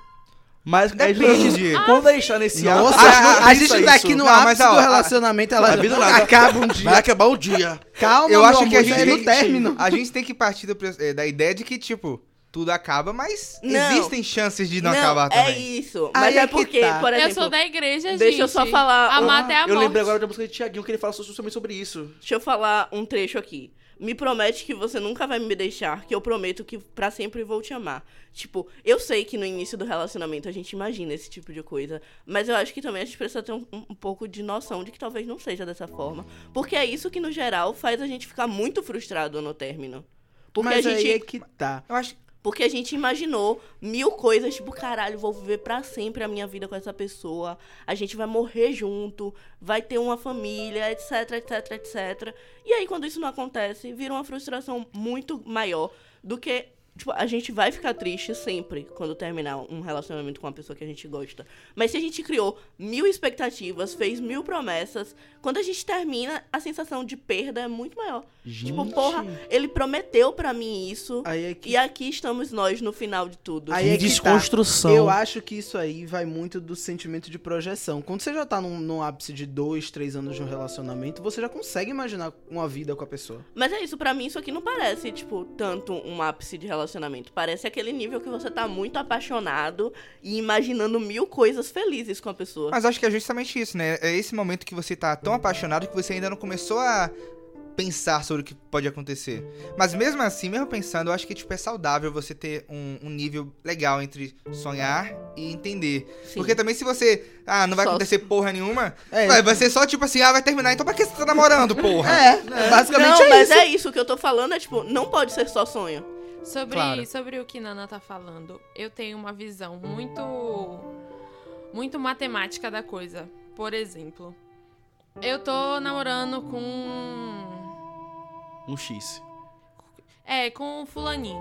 Speaker 1: Mas é
Speaker 4: Depende.
Speaker 1: Quando deixar nesse
Speaker 3: Nossa,
Speaker 1: ápice,
Speaker 3: a, a gente
Speaker 1: pensa
Speaker 3: tá
Speaker 1: isso.
Speaker 3: aqui no
Speaker 4: Não,
Speaker 3: ápice
Speaker 4: mas, ó,
Speaker 3: do
Speaker 4: a-
Speaker 3: relacionamento, ela
Speaker 1: a vida não acaba.
Speaker 3: acaba um dia.
Speaker 1: Vai acabar o dia.
Speaker 3: Calma,
Speaker 4: eu
Speaker 3: meu
Speaker 4: acho que a
Speaker 3: amor,
Speaker 4: gente,
Speaker 3: já é
Speaker 4: tem,
Speaker 3: no término.
Speaker 4: a gente tem que partir do pre- eh, da ideia de que, tipo, tudo acaba, mas
Speaker 2: Não.
Speaker 4: existem chances de não, acabar
Speaker 2: é
Speaker 4: também.
Speaker 2: isso.
Speaker 3: Aí
Speaker 2: Mas
Speaker 3: é
Speaker 2: é
Speaker 3: que
Speaker 2: porque,
Speaker 3: tá.
Speaker 2: por
Speaker 5: eu
Speaker 2: exemplo,
Speaker 5: sou da igreja, gente.
Speaker 2: deixa eu só falar um-
Speaker 5: Amar até a
Speaker 1: Eu
Speaker 5: morte.
Speaker 1: lembrei agora da música de Tiaguinho que ele fala justamente sobre isso.
Speaker 2: deixa eu falar um trecho aqui. Me promete que você nunca vai me deixar, que eu prometo que pra sempre vou te amar. Tipo, eu sei que no início do relacionamento a gente imagina esse tipo de coisa, mas eu acho que também a gente precisa ter um, um pouco de noção de que talvez não seja dessa forma. Porque é isso que, no geral, faz a gente ficar muito frustrado no término. Porque
Speaker 3: Mas
Speaker 2: a gente
Speaker 3: aí é que tá.
Speaker 4: Eu acho
Speaker 2: Porque a gente imaginou mil coisas, tipo, caralho, vou viver pra sempre a minha vida com essa pessoa. A gente vai morrer junto, vai ter uma família, etc, etc, etc. E aí, quando isso não acontece, vira uma frustração muito maior do que. Tipo, a gente vai ficar triste sempre quando terminar um relacionamento com uma pessoa que a gente gosta. Mas se a gente criou mil expectativas, fez mil promessas, quando a gente termina, a sensação de perda é muito maior. Tipo, porra, ele prometeu pra mim isso.
Speaker 3: Aí é que
Speaker 2: E aqui estamos nós no final de tudo.
Speaker 3: Aí é
Speaker 1: tá.
Speaker 3: que
Speaker 1: desconstrução.
Speaker 3: Eu acho que isso aí vai muito do sentimento de projeção. Quando você já tá num, num ápice de dois, três anos de um relacionamento, você já consegue imaginar uma vida com a pessoa.
Speaker 2: Mas é isso, pra mim isso aqui não parece, tipo, tanto um ápice de relacionamento. Parece aquele nível que você tá muito apaixonado e imaginando mil coisas felizes com a pessoa.
Speaker 4: Mas acho que é justamente isso, né? É esse momento que você tá tão apaixonado que você ainda não começou a pensar sobre o que pode acontecer. Mas mesmo assim, mesmo pensando, eu acho que tipo, é saudável você ter um, um nível legal entre sonhar e entender.
Speaker 3: Ah,
Speaker 2: Sim.
Speaker 4: Porque também se você. Ah, não vai
Speaker 2: Só-
Speaker 4: acontecer porra nenhuma.
Speaker 3: É,
Speaker 4: vai, vai ser só tipo assim, ah, vai terminar, então pra que você tá namorando, porra?
Speaker 3: é, basicamente
Speaker 2: não,
Speaker 3: é
Speaker 2: mas
Speaker 3: isso.
Speaker 2: é isso o que eu tô falando, é tipo, não pode ser só sonho.
Speaker 5: Sobre,
Speaker 4: Claro.
Speaker 5: sobre o que Nana tá falando, eu tenho uma visão muito muito matemática da coisa. Por exemplo, eu tô namorando com
Speaker 1: Um X.
Speaker 5: é, com o fulaninho.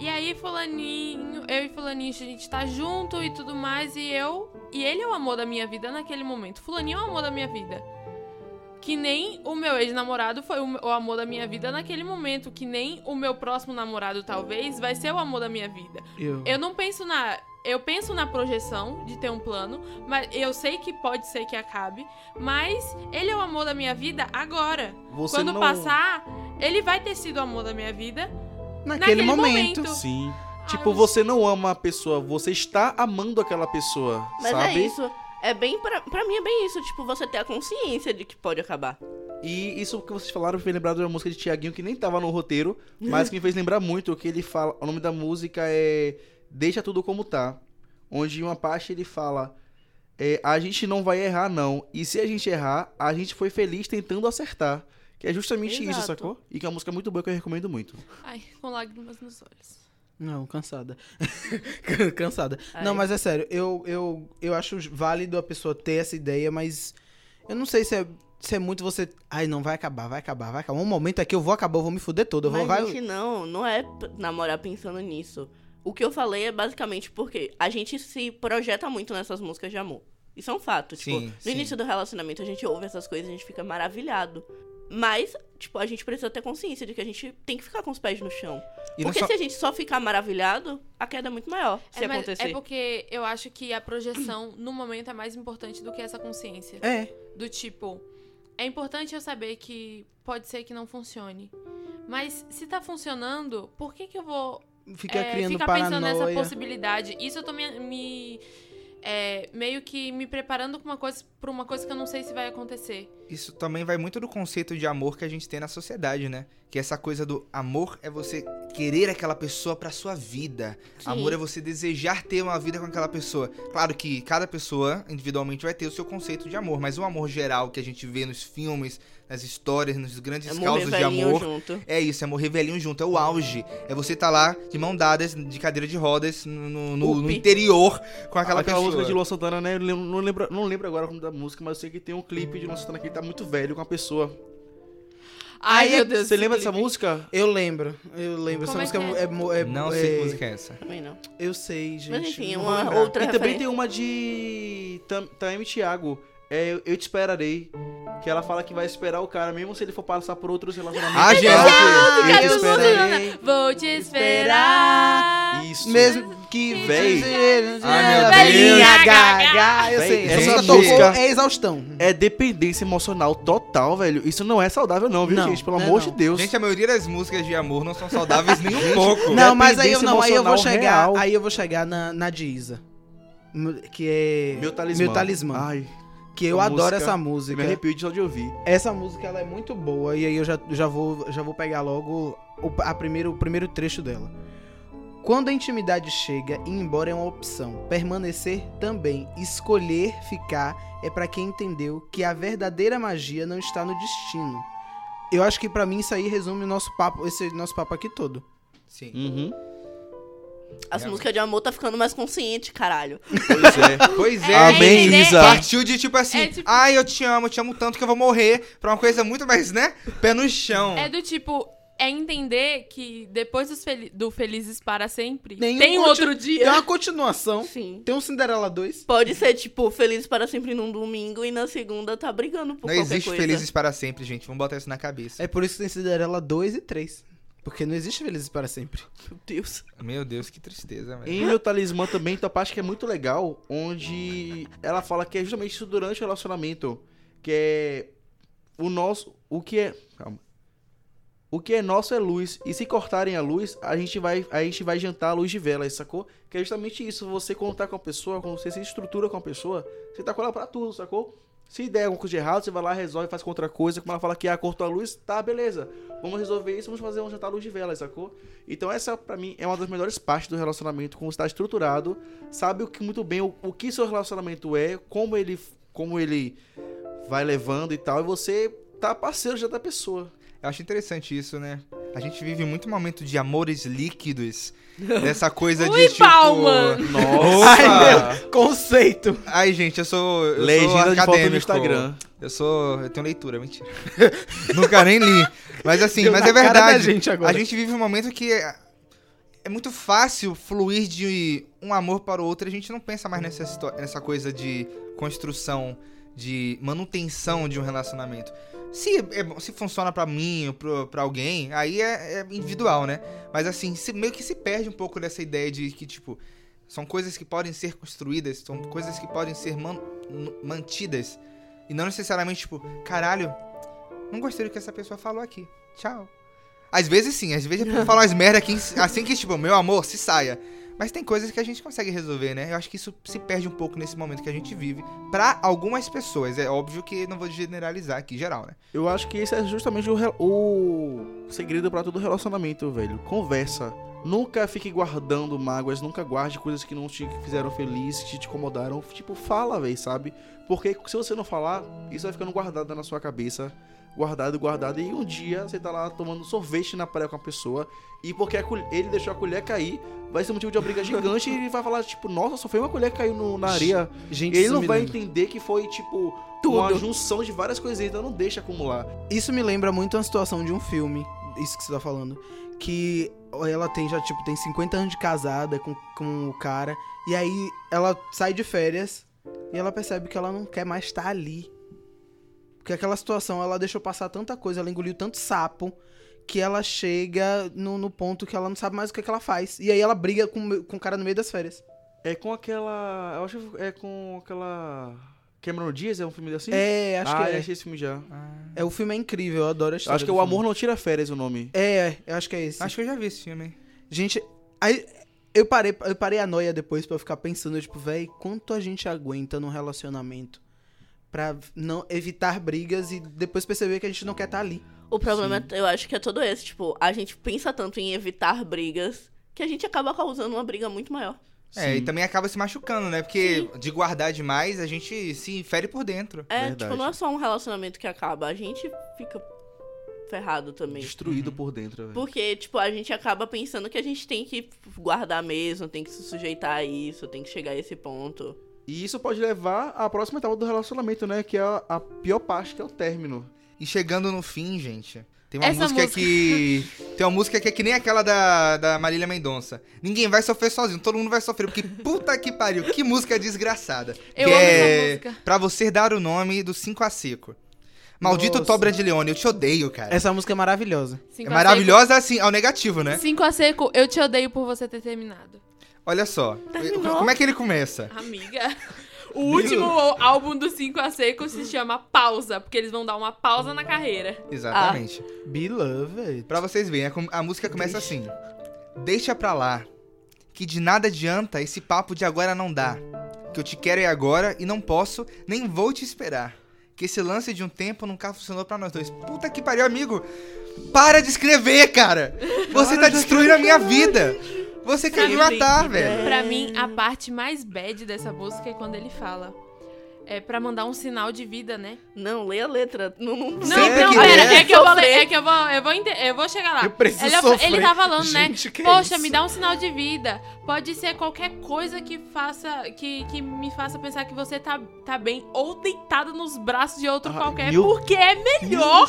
Speaker 5: E aí fulaninho, eu e fulaninho, a gente tá junto e tudo mais e eu e ele é o amor da minha vida naquele momento. Fulaninho é o amor da minha vida. Que nem o meu ex-namorado foi o m- o amor da minha vida naquele momento, que nem o meu próximo namorado talvez vai ser o amor da minha vida. Eu não penso na. Eu penso na projeção de ter um plano, mas eu sei que pode ser que acabe, mas ele é o amor da minha vida agora.
Speaker 1: Você
Speaker 5: Quando
Speaker 1: não...
Speaker 5: passar, ele vai ter sido o amor da minha vida.
Speaker 3: Naquele
Speaker 5: naquele
Speaker 3: momento.
Speaker 5: momento.
Speaker 1: Sim.
Speaker 5: Ah,
Speaker 1: Tipo,
Speaker 5: eu-
Speaker 1: você não ama a pessoa, você está amando aquela pessoa,
Speaker 2: Mas
Speaker 1: sabe?
Speaker 2: é isso. É bem pra, pra mim é bem isso, tipo, você ter a consciência de que pode acabar.
Speaker 1: E isso que vocês falaram me fez lembrar de uma música de Tiaguinho que nem tava no roteiro, mas que me fez lembrar muito, que ele fala, o nome da música é Deixa Tudo Como Tá, onde em uma parte ele fala, é, a gente não vai errar não, e se a gente errar, a gente foi feliz tentando acertar, que é justamente isso,
Speaker 5: Exato.
Speaker 1: sacou? E que é uma música muito boa que eu recomendo muito.
Speaker 5: Ai, com lágrimas nos olhos.
Speaker 3: Não, cansada. Can- cansada.
Speaker 2: Ai.
Speaker 3: Não, mas é sério, eu, eu, eu acho válido a pessoa ter essa ideia, mas eu não sei se é, se é muito você. Ai, não, vai acabar, vai acabar, vai acabar. Um momento aqui eu vou acabar, eu vou me fuder todo. Eu vou,
Speaker 2: Mas,
Speaker 3: vai,
Speaker 2: gente, não, não é p- namorar pensando nisso. O que eu falei é basicamente porque a gente se projeta muito nessas músicas de amor. Isso é um fato. Tipo,
Speaker 4: Sim,
Speaker 2: no
Speaker 4: sim.
Speaker 2: início do relacionamento a gente ouve essas coisas e a gente fica maravilhado. Mas, tipo, a gente precisa ter consciência de que a gente tem que ficar com os pés no chão.
Speaker 4: E não
Speaker 2: porque
Speaker 4: só-
Speaker 2: se a gente só ficar maravilhado, a queda é muito maior se
Speaker 5: é, mas
Speaker 2: acontecer.
Speaker 5: é porque eu acho que a projeção no momento é mais importante do que essa consciência.
Speaker 3: É.
Speaker 5: Do tipo, é importante eu saber que pode ser que não funcione. Mas se tá funcionando, por que, que eu vou
Speaker 3: Fica
Speaker 5: É,
Speaker 3: criando
Speaker 5: ficar pensando
Speaker 3: paranoia.
Speaker 5: nessa possibilidade. Isso eu tô me, me- é, meio que me preparando pra uma coisa, pra uma coisa que eu não sei se vai acontecer.
Speaker 4: Isso também vai muito do conceito de amor que a gente tem na sociedade, né? Que essa coisa do amor é você querer aquela pessoa pra sua vida.
Speaker 2: Sim.
Speaker 4: Amor é você desejar ter uma vida com aquela pessoa. Claro que cada pessoa individualmente vai ter o seu conceito de amor, mas o amor geral que a gente vê nos filmes, nas histórias, nos grandes
Speaker 2: É morrer
Speaker 4: causos de
Speaker 2: velhinho
Speaker 4: amor,
Speaker 2: junto.
Speaker 4: é isso, é morrer velhinho junto, é o auge. É você tá lá de mão dadas, de cadeira de rodas, no, no- no- no
Speaker 2: Upi.
Speaker 4: interior, com aquela,
Speaker 1: Aquela
Speaker 4: pessoa.
Speaker 1: música de Luan Santana, né? Eu lembro- não, lembro, não lembro agora o nome da música, mas eu sei que tem um clipe de Luan Santana que ele tá muito velho com a pessoa.
Speaker 5: Ai,
Speaker 3: Aí é-
Speaker 5: meu Deus.
Speaker 1: Você
Speaker 5: esse
Speaker 1: lembra dessa
Speaker 5: clipe.
Speaker 1: música?
Speaker 3: Eu lembro, eu lembro.
Speaker 5: Como é
Speaker 3: essa
Speaker 5: que
Speaker 3: música
Speaker 5: é?
Speaker 3: é, mo- é,
Speaker 4: Não
Speaker 3: é,
Speaker 4: sei que música é essa.
Speaker 2: Também não.
Speaker 3: Eu sei, gente.
Speaker 2: Mas enfim,
Speaker 3: não vou
Speaker 2: uma
Speaker 3: lembrar.
Speaker 2: outra
Speaker 1: E também
Speaker 2: referência.
Speaker 1: tem uma de Tam- Taeme Thiago, é Eu Te Esperarei, que ela fala que vai esperar o cara, mesmo se ele for passar por outros relacionamentos.
Speaker 4: Ah, gente!
Speaker 3: Ah,
Speaker 5: Cara,
Speaker 3: eu
Speaker 5: do mundo,
Speaker 3: esperei.
Speaker 5: Nana. Vou te esperar.
Speaker 1: Isso.
Speaker 3: Mesmo que
Speaker 1: Véi. Ah,
Speaker 4: Ai, meu
Speaker 5: Deus.
Speaker 3: gaga, eu
Speaker 1: Véi,
Speaker 3: sei.
Speaker 1: essa
Speaker 3: Essa
Speaker 1: música-
Speaker 3: tocou é exaustão.
Speaker 1: É dependência emocional total, velho. Isso não é saudável não, viu,
Speaker 3: Não,
Speaker 1: gente? Pelo
Speaker 3: não é
Speaker 1: amor
Speaker 3: não.
Speaker 1: de Deus.
Speaker 4: Gente, a maioria das músicas de amor não são saudáveis nem um pouco.
Speaker 3: Não, mas aí eu
Speaker 1: dependência
Speaker 3: não, aí eu vou
Speaker 1: É emocional
Speaker 3: chegar,
Speaker 1: real.
Speaker 3: aí eu vou chegar na na Diza. M- Que é
Speaker 1: Meu talismã.
Speaker 3: Meu talismã.
Speaker 1: Ai,
Speaker 3: que eu
Speaker 1: essa
Speaker 3: adoro
Speaker 1: música-
Speaker 3: essa
Speaker 1: eu me
Speaker 3: música.
Speaker 1: arrepio de só de ouvir.
Speaker 3: Essa música ela é muito boa e aí eu já, já vou já vou pegar logo o, a primeiro, o primeiro trecho dela. Quando a intimidade chega, ir embora é uma opção. Permanecer também. Escolher ficar é pra quem entendeu que a verdadeira magia não está no destino. Eu acho que pra mim isso aí resume o nosso papo, esse nosso papo aqui todo.
Speaker 4: Sim.
Speaker 1: Uhum.
Speaker 2: As
Speaker 4: É.
Speaker 2: músicas de amor tá ficando mais consciente, caralho.
Speaker 1: Pois é.
Speaker 4: Pois é.
Speaker 1: Amém, Tá.
Speaker 5: entender.
Speaker 1: Isa.
Speaker 4: Partiu de tipo assim,
Speaker 5: É tipo-
Speaker 4: ai, eu te amo, eu te amo tanto que eu vou morrer, pra uma coisa muito mais, né? Pé no chão.
Speaker 5: É do tipo, é entender que depois dos fel- do Felizes para Sempre,
Speaker 3: Nenhum
Speaker 5: tem um
Speaker 3: conti-
Speaker 5: outro
Speaker 3: Tem
Speaker 5: dia.
Speaker 3: uma continuação.
Speaker 2: Sim.
Speaker 3: Tem um Cinderela 2.
Speaker 2: Pode ser, tipo, feliz para sempre num domingo e na segunda tá brigando por
Speaker 4: Não
Speaker 2: qualquer
Speaker 4: existe
Speaker 2: coisa.
Speaker 4: felizes para sempre, gente. Vamos botar isso na cabeça.
Speaker 3: É por isso que tem Cinderela 2 e 3. Porque não existe Felizes para Sempre.
Speaker 2: Meu Deus.
Speaker 4: Meu Deus, que tristeza, velho.
Speaker 1: Em Meu Talismã também tem uma parte que é muito legal, onde ela fala que é justamente isso durante o relacionamento, que é o nosso, o que é, calma. O que é nosso é luz, e se cortarem a luz, a gente vai, a gente vai jantar à luz de velas, sacou? Que é justamente isso, você contar com a pessoa, quando você se estrutura com a pessoa, você tá com ela pra tudo, sacou? Se der alguma coisa de errado, você vai lá, resolve, faz com outra coisa. Como ela fala que ah, cortou a luz, tá, beleza. Vamos resolver isso, vamos fazer um jantar à luz de vela, sacou? Então essa, pra mim, é uma das melhores partes do relacionamento, como está estruturado. Sabe o que muito bem, o, o que seu relacionamento é, como ele, como ele vai levando e tal. E você tá parceiro já da pessoa.
Speaker 4: Eu acho interessante isso, né? A gente vive muito momento de amores líquidos. dessa coisa de
Speaker 5: Ui,
Speaker 4: tipo.
Speaker 5: Bauman!
Speaker 1: Nossa!
Speaker 3: Conceito.
Speaker 4: Ai, gente, eu sou. Eu sou
Speaker 1: Legenda de foto
Speaker 4: acadêmico.
Speaker 1: no Instagram.
Speaker 4: Eu sou. Eu tenho leitura, mentira. Nunca nem li. Mas assim,
Speaker 3: Deu
Speaker 4: mas
Speaker 3: na
Speaker 4: é
Speaker 3: cara da
Speaker 4: verdade.
Speaker 3: gente agora.
Speaker 4: A gente vive um momento que é, é muito fácil fluir de um amor para o outro. A gente não pensa mais nessa, histó- nessa coisa de construção, de manutenção de um relacionamento. Se, é bom- se funciona pra mim ou pro- pra alguém, aí é, é individual, né? Mas assim, se- meio que se perde um pouco dessa ideia de que, tipo, são coisas que podem ser construídas, são coisas que podem ser man- n- mantidas. E não necessariamente, tipo, caralho, não gostei do que essa pessoa falou aqui. Tchau. Às vezes sim, às vezes a pessoa fala umas merda aqui, assim que, tipo, meu amor, se saia. Mas tem coisas que a gente consegue resolver, né? Eu acho que isso se perde um pouco nesse momento que a gente vive. Pra algumas pessoas, é óbvio que não vou generalizar aqui, geral, né?
Speaker 1: Eu acho que esse é justamente o, re- o segredo pra todo relacionamento, velho. Conversa. Nunca fique guardando mágoas, nunca guarde coisas que não te fizeram feliz, que te incomodaram. Tipo, fala, velho, sabe? Porque se você não falar, isso vai ficando guardado na sua cabeça. Guardado, guardado. E um dia você tá lá tomando sorvete na praia com a pessoa. E porque a colher- ele deixou a colher cair, vai ser motivo de uma briga gigante. e ele vai falar, tipo, nossa, só foi uma colher que caiu no- na areia.
Speaker 3: Gente,
Speaker 1: Ele
Speaker 3: isso
Speaker 1: não
Speaker 3: me
Speaker 1: vai
Speaker 3: lembra.
Speaker 1: entender que foi, tipo, uma
Speaker 3: Tudo.
Speaker 1: junção de várias coisinhas, então não deixa acumular.
Speaker 3: Isso me lembra muito uma situação de um filme, isso que você tá falando. Que ela tem já, tipo, tem 50 anos de casada com, com o cara. E aí ela sai de férias e ela percebe que ela não quer mais estar ali. Porque aquela situação, ela deixou passar tanta coisa, ela engoliu tanto sapo, que ela chega no, no ponto que ela não sabe mais o que, que ela faz. E aí ela briga com, o me- com o cara no meio das férias.
Speaker 1: É com aquela. Eu acho que é com aquela. Cameron Diaz é um filme assim?
Speaker 3: É, acho
Speaker 1: ah,
Speaker 3: que
Speaker 1: eu
Speaker 3: é.
Speaker 1: achei esse filme já.
Speaker 4: Ah,
Speaker 3: é. O filme é incrível, eu adoro a história.
Speaker 1: acho que é
Speaker 3: do
Speaker 1: O
Speaker 3: filme.
Speaker 1: Amor Não Tira Férias o nome.
Speaker 3: É, é, eu acho que é esse.
Speaker 4: Acho que eu já vi esse filme, hein?
Speaker 3: Gente, aí eu parei, eu parei a noia depois pra eu ficar pensando, tipo, véi, quanto a gente aguenta num relacionamento pra não evitar brigas e depois perceber que a gente não quer estar ali.
Speaker 2: O problema, eu acho que é todo esse. Tipo, a gente pensa tanto em evitar brigas que a gente acaba causando uma briga muito maior.
Speaker 4: É, e também acaba se machucando, né? Porque de guardar demais, a gente se fere por dentro.
Speaker 2: É,
Speaker 1: Verdade.
Speaker 2: tipo, não é só um relacionamento que acaba, a gente fica ferrado também.
Speaker 1: Destruído por dentro, velho.
Speaker 2: Porque, tipo, a gente acaba pensando que a gente tem que guardar mesmo, tem que se sujeitar a isso, tem que chegar a esse ponto.
Speaker 1: E isso pode levar à próxima etapa do relacionamento, né? Que é a, a pior parte, que é o término.
Speaker 4: E chegando no fim, gente, tem uma
Speaker 5: Essa
Speaker 4: música,
Speaker 5: música.
Speaker 4: que. Tem uma música que é que nem aquela da, da Marília Mendonça. Ninguém vai sofrer sozinho, todo mundo vai sofrer, porque puta que pariu, que música desgraçada.
Speaker 5: Eu
Speaker 4: que
Speaker 5: amo
Speaker 4: é...
Speaker 5: essa música.
Speaker 4: Pra você dar o nome do 5 a 5. Maldito
Speaker 3: Nossa.
Speaker 4: Tobra de Leone, eu te odeio, cara.
Speaker 3: Essa música é maravilhosa.
Speaker 4: É
Speaker 5: Cinco a
Speaker 4: maravilhosa assim, ao negativo, né?
Speaker 5: seco. Cinco a seco, eu te odeio por você ter terminado.
Speaker 4: Olha só.
Speaker 5: Tá
Speaker 2: Terminou.
Speaker 4: Como é que ele começa?
Speaker 5: Amiga. O último álbum do Cinco a Seco se chama Pausa, porque eles vão dar uma pausa na carreira.
Speaker 4: Exatamente.
Speaker 3: Beloved.
Speaker 4: Pra vocês verem, a com- a música começa assim: Deixa pra lá, que de nada adianta esse papo de agora não dá. Que eu te quero é agora e não posso, nem vou te esperar. Que esse lance de um tempo nunca funcionou pra nós dois. Puta que pariu, amigo! Para de escrever, cara! Você tá destruindo a minha vida! Você quer me
Speaker 2: Sabe,
Speaker 4: matar,
Speaker 2: Felipe,
Speaker 4: velho!
Speaker 5: Pra mim, a parte mais bad dessa música é quando ele fala. É pra mandar um sinal de vida, né?
Speaker 2: Não, lê a letra. Não, não,
Speaker 5: Não,
Speaker 4: Sempre
Speaker 5: não,
Speaker 4: que
Speaker 5: pera,
Speaker 4: der.
Speaker 5: é que eu vou ler, é que eu vou, eu vou, ente- eu vou chegar lá.
Speaker 3: Eu preciso
Speaker 5: ele, ele
Speaker 3: sofrer.
Speaker 5: tá falando, né?
Speaker 3: Gente, que
Speaker 5: Poxa,
Speaker 3: isso?
Speaker 5: me dá um sinal de vida. Pode ser qualquer coisa que faça, que, que me faça pensar que você tá, tá bem ou deitado nos braços de outro
Speaker 1: Ah,
Speaker 5: qualquer,
Speaker 1: meu
Speaker 5: porque é melhor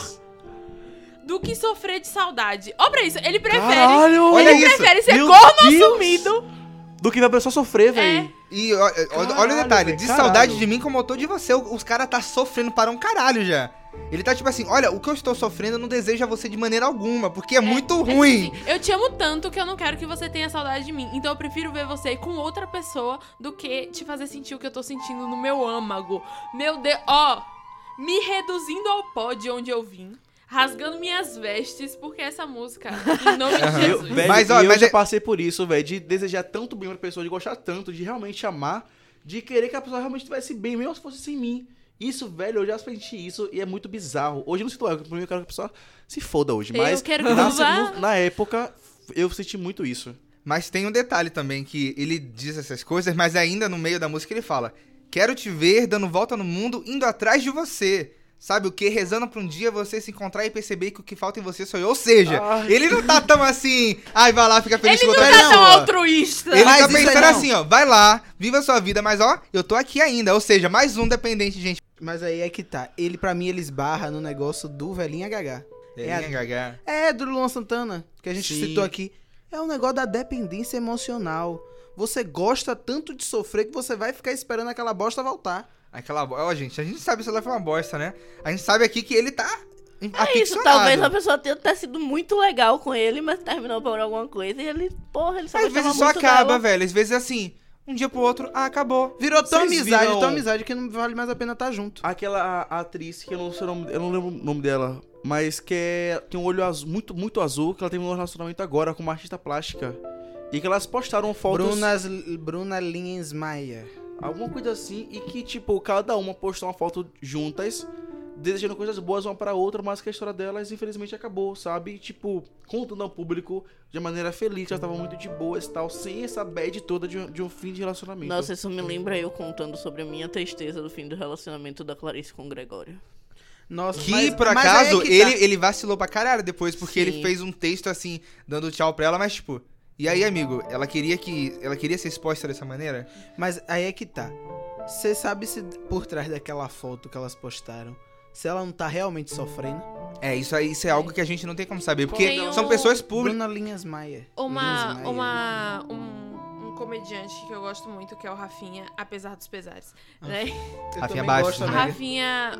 Speaker 5: do que sofrer de saudade. Olha isso, ele prefere,
Speaker 1: Caralho!
Speaker 4: Olha
Speaker 5: ele
Speaker 4: isso.
Speaker 5: prefere ser
Speaker 1: Meu
Speaker 5: corno
Speaker 1: Deus!
Speaker 5: assumido. É.
Speaker 1: Do que da pessoa sofrer, velho.
Speaker 4: E ó, ó, olha o
Speaker 1: Caralho,
Speaker 4: detalhe,
Speaker 1: velho,
Speaker 4: de
Speaker 1: caralho.
Speaker 4: saudade de mim como eu tô de você, o- os caras tá sofrendo para um caralho já. Ele tá tipo assim, olha, o que eu estou sofrendo eu não desejo a você de maneira alguma, porque é, muito
Speaker 5: É
Speaker 4: ruim.
Speaker 5: tipo assim, eu te amo tanto que eu não quero que você tenha saudade de mim. Então eu prefiro ver você com outra pessoa do que te fazer sentir o que eu tô sentindo no meu âmago. Meu Deus, ó, me reduzindo ao pó de onde eu vim, rasgando minhas vestes, porque essa música, em nome de
Speaker 4: Aham.
Speaker 5: Jesus.
Speaker 1: velho
Speaker 4: Mas,
Speaker 1: mas,
Speaker 4: ó,
Speaker 1: eu
Speaker 4: mas
Speaker 1: já
Speaker 4: é-
Speaker 1: passei por isso, velho. De desejar tanto bem pra pessoa, de gostar tanto, de realmente amar, de querer que a pessoa realmente estivesse bem, mesmo se fosse sem mim. Isso, velho, eu já senti isso e é muito bizarro. Hoje eu não sinto ego, pra mim eu quero que a pessoa se foda hoje.
Speaker 5: Eu
Speaker 1: Mas
Speaker 5: quero
Speaker 1: na,
Speaker 5: provar.
Speaker 1: no- na época eu senti muito isso.
Speaker 4: Mas tem um detalhe também que ele diz essas coisas, mas ainda no meio da música ele fala: "Quero te ver dando volta no mundo, indo atrás de você". Sabe o que? Rezando pra um dia você se encontrar e perceber que o que falta em você sou eu. Ou seja,
Speaker 1: Ai.
Speaker 4: ele não tá tão assim, ai, vai lá, fica feliz
Speaker 5: Ele
Speaker 4: com
Speaker 5: não
Speaker 4: outra
Speaker 5: tá tão
Speaker 4: pessoa."
Speaker 5: altruísta.
Speaker 4: Ele
Speaker 3: Mas
Speaker 4: tá
Speaker 3: isso aí
Speaker 4: pensando
Speaker 3: não.
Speaker 4: assim, ó, vai lá, viva a sua vida, mas ó, eu tô aqui ainda. Ou seja, mais um dependente, gente.
Speaker 3: Mas aí é que tá. Ele, pra mim, ele esbarra no negócio do velhinha gaga. É a-
Speaker 4: gaga.
Speaker 3: É, do Luan Santana, que a gente
Speaker 1: Sim.
Speaker 3: citou aqui. É um negócio da dependência emocional. Você gosta tanto de sofrer que você vai ficar esperando aquela bosta voltar.
Speaker 4: Aquela bo- Ó, gente, a gente sabe se ela foi uma bosta, né? A gente sabe aqui que ele tá.
Speaker 2: É isso, talvez a pessoa tenha até sido muito legal com ele, mas terminou por alguma coisa e ele, porra, ele só
Speaker 4: Às
Speaker 2: gostava
Speaker 4: vezes só
Speaker 2: muito
Speaker 4: acaba,
Speaker 2: dela.
Speaker 4: velho. Às vezes é assim, um dia pro outro, ah, acabou.
Speaker 3: Virou tão
Speaker 1: Vocês
Speaker 3: amizade,
Speaker 1: viram-
Speaker 3: tão amizade que não vale mais a pena estar junto.
Speaker 1: Aquela atriz que eu não sei o nome, eu não lembro o nome dela, mas que é, tem um olho azul, muito, muito azul, que ela terminou um relacionamento agora com uma artista plástica. E que elas postaram fotos.
Speaker 3: Brunas, Bruna Linsmeyer.
Speaker 1: alguma coisa assim, e que, tipo, cada uma postou uma foto juntas, desejando coisas boas uma pra outra, mas que a história delas, infelizmente, acabou, sabe? E, tipo, contando ao público de maneira feliz, que elas estavam muito de boas e tal, sem essa bad toda de um, de um fim de relacionamento.
Speaker 2: Nossa, isso me lembra eu contando sobre a minha tristeza do fim do relacionamento da Clarice com o Gregório.
Speaker 3: Nossa,
Speaker 4: Que,
Speaker 3: mas-
Speaker 4: por
Speaker 3: mas aí
Speaker 4: acaso,
Speaker 3: é que tá.
Speaker 4: ele, ele vacilou pra caralho depois, porque ele
Speaker 2: Sim.
Speaker 4: fez um texto assim, dando tchau pra ela, mas tipo. E aí, amigo, ela queria que. Ela queria ser exposta dessa maneira?
Speaker 3: Mas aí é que tá. Você sabe se por trás daquela foto que elas postaram, se ela não tá realmente sofrendo?
Speaker 4: É, isso aí isso é algo que a gente não tem como saber, porque
Speaker 5: Tem
Speaker 4: são
Speaker 5: um-
Speaker 4: pessoas públicas.
Speaker 3: Bruna Linsmeyer.
Speaker 5: Uma,
Speaker 3: Linsmeyer.
Speaker 5: uma, um, um comediante que eu gosto muito, que é o Rafinha, apesar dos pesares. né?
Speaker 3: Eu
Speaker 4: Rafinha
Speaker 3: também
Speaker 4: Bastos,
Speaker 3: gosto
Speaker 5: A
Speaker 4: né?
Speaker 3: dela.
Speaker 5: Rafinha,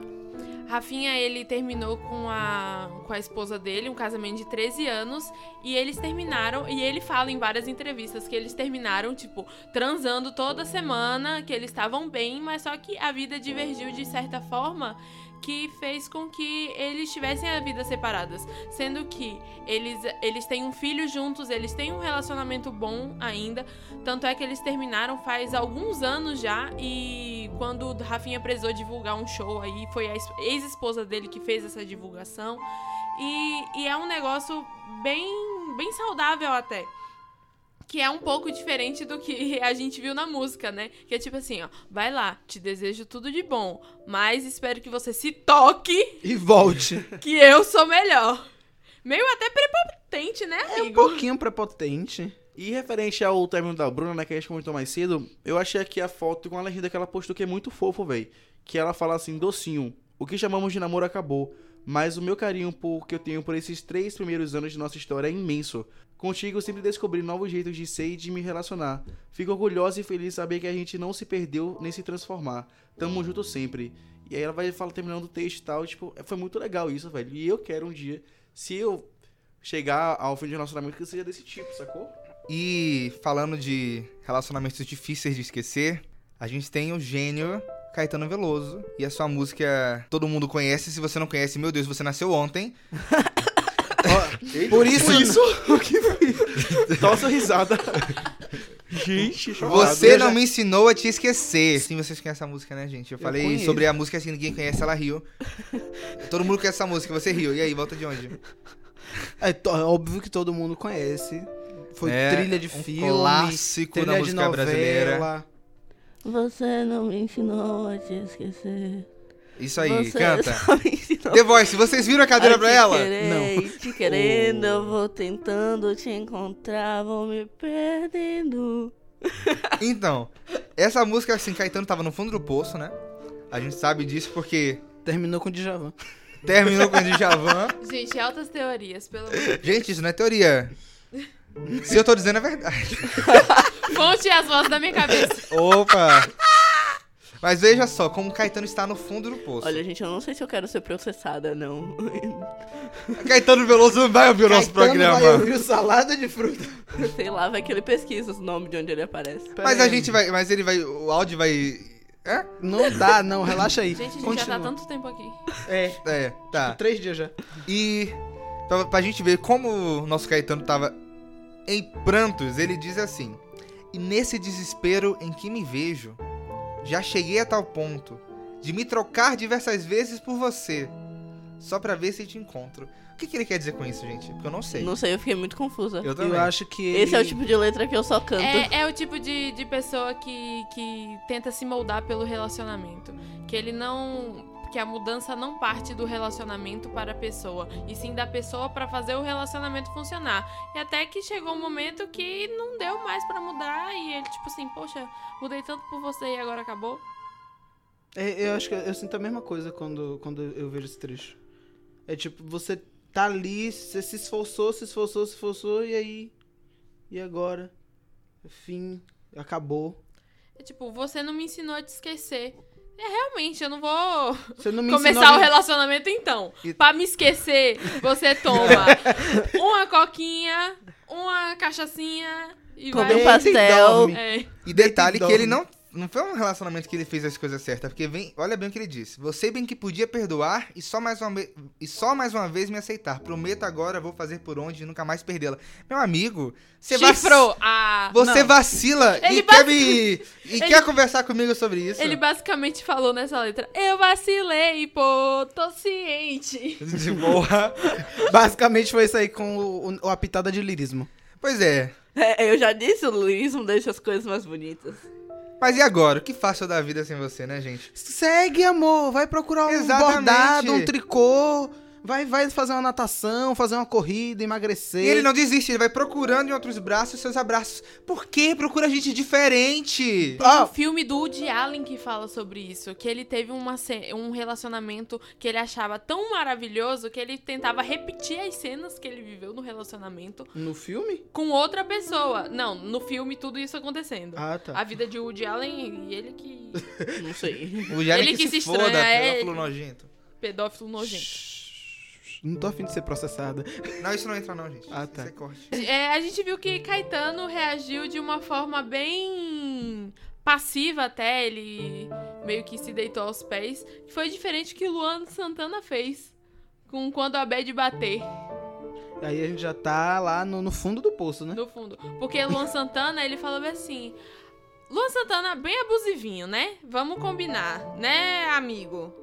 Speaker 5: Rafinha, ele terminou com a, com a esposa dele, um casamento de 13 anos, e eles terminaram, e ele fala em várias entrevistas que eles terminaram, tipo, transando toda semana, que eles estavam bem, mas só que a vida divergiu de certa forma, que fez com que eles tivessem a vida separadas. Sendo que eles, eles têm um filho juntos, eles têm um relacionamento bom ainda, tanto é que eles terminaram faz alguns anos já e quando o Rafinha precisou divulgar um show aí, foi a es- ex-esposa dele que fez essa divulgação. E, e é um negócio bem, bem saudável até. Que é um pouco diferente do que a gente viu na música, né? Que é tipo assim, ó, vai lá, te desejo tudo de bom, mas espero que você se toque
Speaker 3: E volte.
Speaker 5: que eu sou melhor. Meio até prepotente, né,
Speaker 3: É um
Speaker 5: amigo?
Speaker 3: pouquinho prepotente.
Speaker 1: E referente ao término da Bruna, né, que a gente comentou mais cedo, eu achei aqui a foto com a legenda que ela postou que é muito fofo, velho. Que ela fala assim, docinho, o que chamamos de namoro acabou, mas o meu carinho por, que eu tenho por esses três primeiros anos de nossa história é imenso. Contigo eu sempre descobri novos jeitos de ser e de me relacionar. Fico orgulhosa e feliz de saber que a gente não se perdeu nem se transformar. Tamo junto sempre. E aí ela vai fala, terminando o texto e tal, tipo, foi muito legal isso, velho. E eu quero um dia, se eu chegar ao fim de um relacionamento, que seja desse tipo, sacou?
Speaker 4: E falando de relacionamentos difíceis de esquecer, a gente tem o gênio Caetano Veloso. E a sua música todo mundo conhece. Se você não conhece, meu Deus, você nasceu ontem.
Speaker 3: Por isso,
Speaker 1: O que foi? Nossa risada. Gente, chocado.
Speaker 4: Você
Speaker 1: Eu
Speaker 4: não
Speaker 3: é
Speaker 1: já-
Speaker 4: me ensinou a te esquecer. Sim, vocês conhecem essa música, né, gente? Eu, falei
Speaker 3: conheço.
Speaker 4: sobre a música que ninguém conhece, ela riu. todo mundo conhece essa música, você riu. E aí, volta de onde?
Speaker 3: é to- é óbvio que todo mundo conhece. Foi
Speaker 4: É,
Speaker 3: trilha de
Speaker 4: um
Speaker 3: filme,
Speaker 4: clássico
Speaker 3: trilha
Speaker 4: da
Speaker 3: de
Speaker 4: música
Speaker 3: novela.
Speaker 4: brasileira.
Speaker 2: Você não me ensinou a te esquecer.
Speaker 4: Isso aí,
Speaker 2: Você
Speaker 4: canta.
Speaker 2: só me ensinou
Speaker 4: The Voice, vocês viram a cadeira
Speaker 2: a
Speaker 4: pra
Speaker 2: te
Speaker 4: ela? Oh.
Speaker 2: Querer,
Speaker 3: Não.
Speaker 2: e Te querendo, eu vou tentando te encontrar, vou me perdendo.
Speaker 4: Então, essa música, assim, Caetano tava no fundo do poço, né? A gente sabe disso porque
Speaker 3: Terminou com o Djavan.
Speaker 4: terminou com o Djavan.
Speaker 5: Gente, altas teorias, pelo menos.
Speaker 4: Gente, isso não é teoria. Se eu tô dizendo é verdade.
Speaker 5: Fonte as vozes da minha cabeça.
Speaker 4: Opa! Mas veja só, como o Caetano está no fundo do poço.
Speaker 2: Olha, gente, eu não sei se eu quero ser processada, não.
Speaker 4: Caetano Veloso não vai ouvir o nosso
Speaker 3: Caetano
Speaker 4: programa.
Speaker 3: vai ouvir o salada de fruta.
Speaker 2: sei lá, vai que ele pesquisa os nomes de onde ele aparece.
Speaker 4: Mas a gente vai. Mas ele vai. O áudio vai. É?
Speaker 3: Não dá, não. Relaxa aí.
Speaker 5: Gente, a gente já tá
Speaker 3: Continua.
Speaker 5: há tanto tempo aqui.
Speaker 3: É,
Speaker 4: É, tá.
Speaker 3: três dias já.
Speaker 4: E. Pra, pra gente ver como o nosso Caetano tava em prantos, ele diz assim: E nesse desespero em que me vejo, já cheguei a tal ponto de me trocar diversas vezes por você, só pra ver se te encontro. O que, que ele quer dizer com isso, gente? Porque eu não sei.
Speaker 2: Não sei, eu fiquei muito confusa.
Speaker 4: Eu também.
Speaker 3: Eu acho que.
Speaker 2: Esse é o
Speaker 3: ele-
Speaker 2: tipo de letra que eu só canto.
Speaker 5: É, é o tipo de, de pessoa que, que tenta se moldar pelo relacionamento. Que ele não. Que a mudança não parte do relacionamento para a pessoa, e sim da pessoa para fazer o relacionamento funcionar. E até que chegou um momento que não deu mais pra mudar, e ele, tipo assim, poxa, mudei tanto por você e agora acabou.
Speaker 3: É, eu acho que eu, eu sinto a mesma coisa quando, quando eu vejo esse trecho. É tipo, você tá ali, você se esforçou, se esforçou, se esforçou, e aí. E agora? É Fim. Acabou.
Speaker 5: É tipo, você não me ensinou a te esquecer. É realmente, eu não vou
Speaker 3: Você não me
Speaker 5: começar
Speaker 3: ensinou
Speaker 5: o
Speaker 3: a...
Speaker 5: relacionamento então.
Speaker 4: E-
Speaker 5: Pra me esquecer, você toma uma coquinha, uma cachaçinha e
Speaker 2: Comer um
Speaker 5: vai.
Speaker 2: pastel.
Speaker 3: dorme.
Speaker 5: É.
Speaker 4: E detalhe
Speaker 3: Deita e
Speaker 4: que ele
Speaker 3: dorme.
Speaker 4: não. Não foi um relacionamento que ele fez as coisas certas, porque vem, olha bem o que ele disse. Você bem que podia perdoar e só mais uma, me- e só mais uma vez me aceitar. Prometo agora, vou fazer por onde e nunca mais perdê-la. Meu amigo, você vac-
Speaker 5: Chifrou. Ah,
Speaker 4: Você
Speaker 5: não.
Speaker 4: vacila e,
Speaker 5: Ele
Speaker 4: quer, me- e
Speaker 5: Ele-
Speaker 4: quer conversar comigo sobre isso.
Speaker 5: Ele basicamente falou nessa letra: Eu vacilei, pô, tô ciente.
Speaker 4: De boa.
Speaker 3: Basicamente foi isso aí com o, o- a pitada de lirismo.
Speaker 4: Pois é.
Speaker 2: É, eu já disse, o lirismo deixa as coisas mais bonitas.
Speaker 4: Mas e agora? O que faço da vida sem você, né, gente?
Speaker 3: Segue, amor. Vai procurar um
Speaker 4: Exatamente.
Speaker 3: bordado, um tricô. Vai, vai fazer uma natação, fazer uma corrida, emagrecer.
Speaker 4: E ele não desiste, ele vai procurando em outros braços seus abraços. Por que procura gente diferente?
Speaker 5: Tem
Speaker 3: Ah.
Speaker 5: um filme do Woody Allen que fala sobre isso, que ele teve uma ce- um relacionamento que ele achava tão maravilhoso que ele tentava repetir as cenas que ele viveu no relacionamento
Speaker 3: No filme?
Speaker 5: com outra pessoa. Não, no filme tudo isso acontecendo.
Speaker 3: Ah,
Speaker 5: A
Speaker 3: tá.
Speaker 5: vida de Woody Allen e ele que
Speaker 2: Não sei.
Speaker 4: O Jaren
Speaker 5: Ele
Speaker 4: que,
Speaker 5: que
Speaker 4: se,
Speaker 5: se
Speaker 4: foda,
Speaker 5: estranha, é
Speaker 4: pedófilo
Speaker 5: ele.
Speaker 4: nojento.
Speaker 5: pedófilo nojento.
Speaker 3: Não tô afim de ser processada.
Speaker 4: Não, isso não entra não, gente.
Speaker 3: Ah,
Speaker 4: Isso
Speaker 3: tá.
Speaker 4: é corte.
Speaker 5: É, a gente viu que Caetano reagiu de uma forma bem passiva até, ele meio que se deitou aos pés, que foi diferente do que Luan Santana fez com quando a Bad bater.
Speaker 3: Aí a gente já tá lá no, no fundo do poço, né?
Speaker 5: No fundo. Porque Luan Santana, ele falou assim. Luan Santana bem abusivinho, né? Vamos combinar, né, amigo?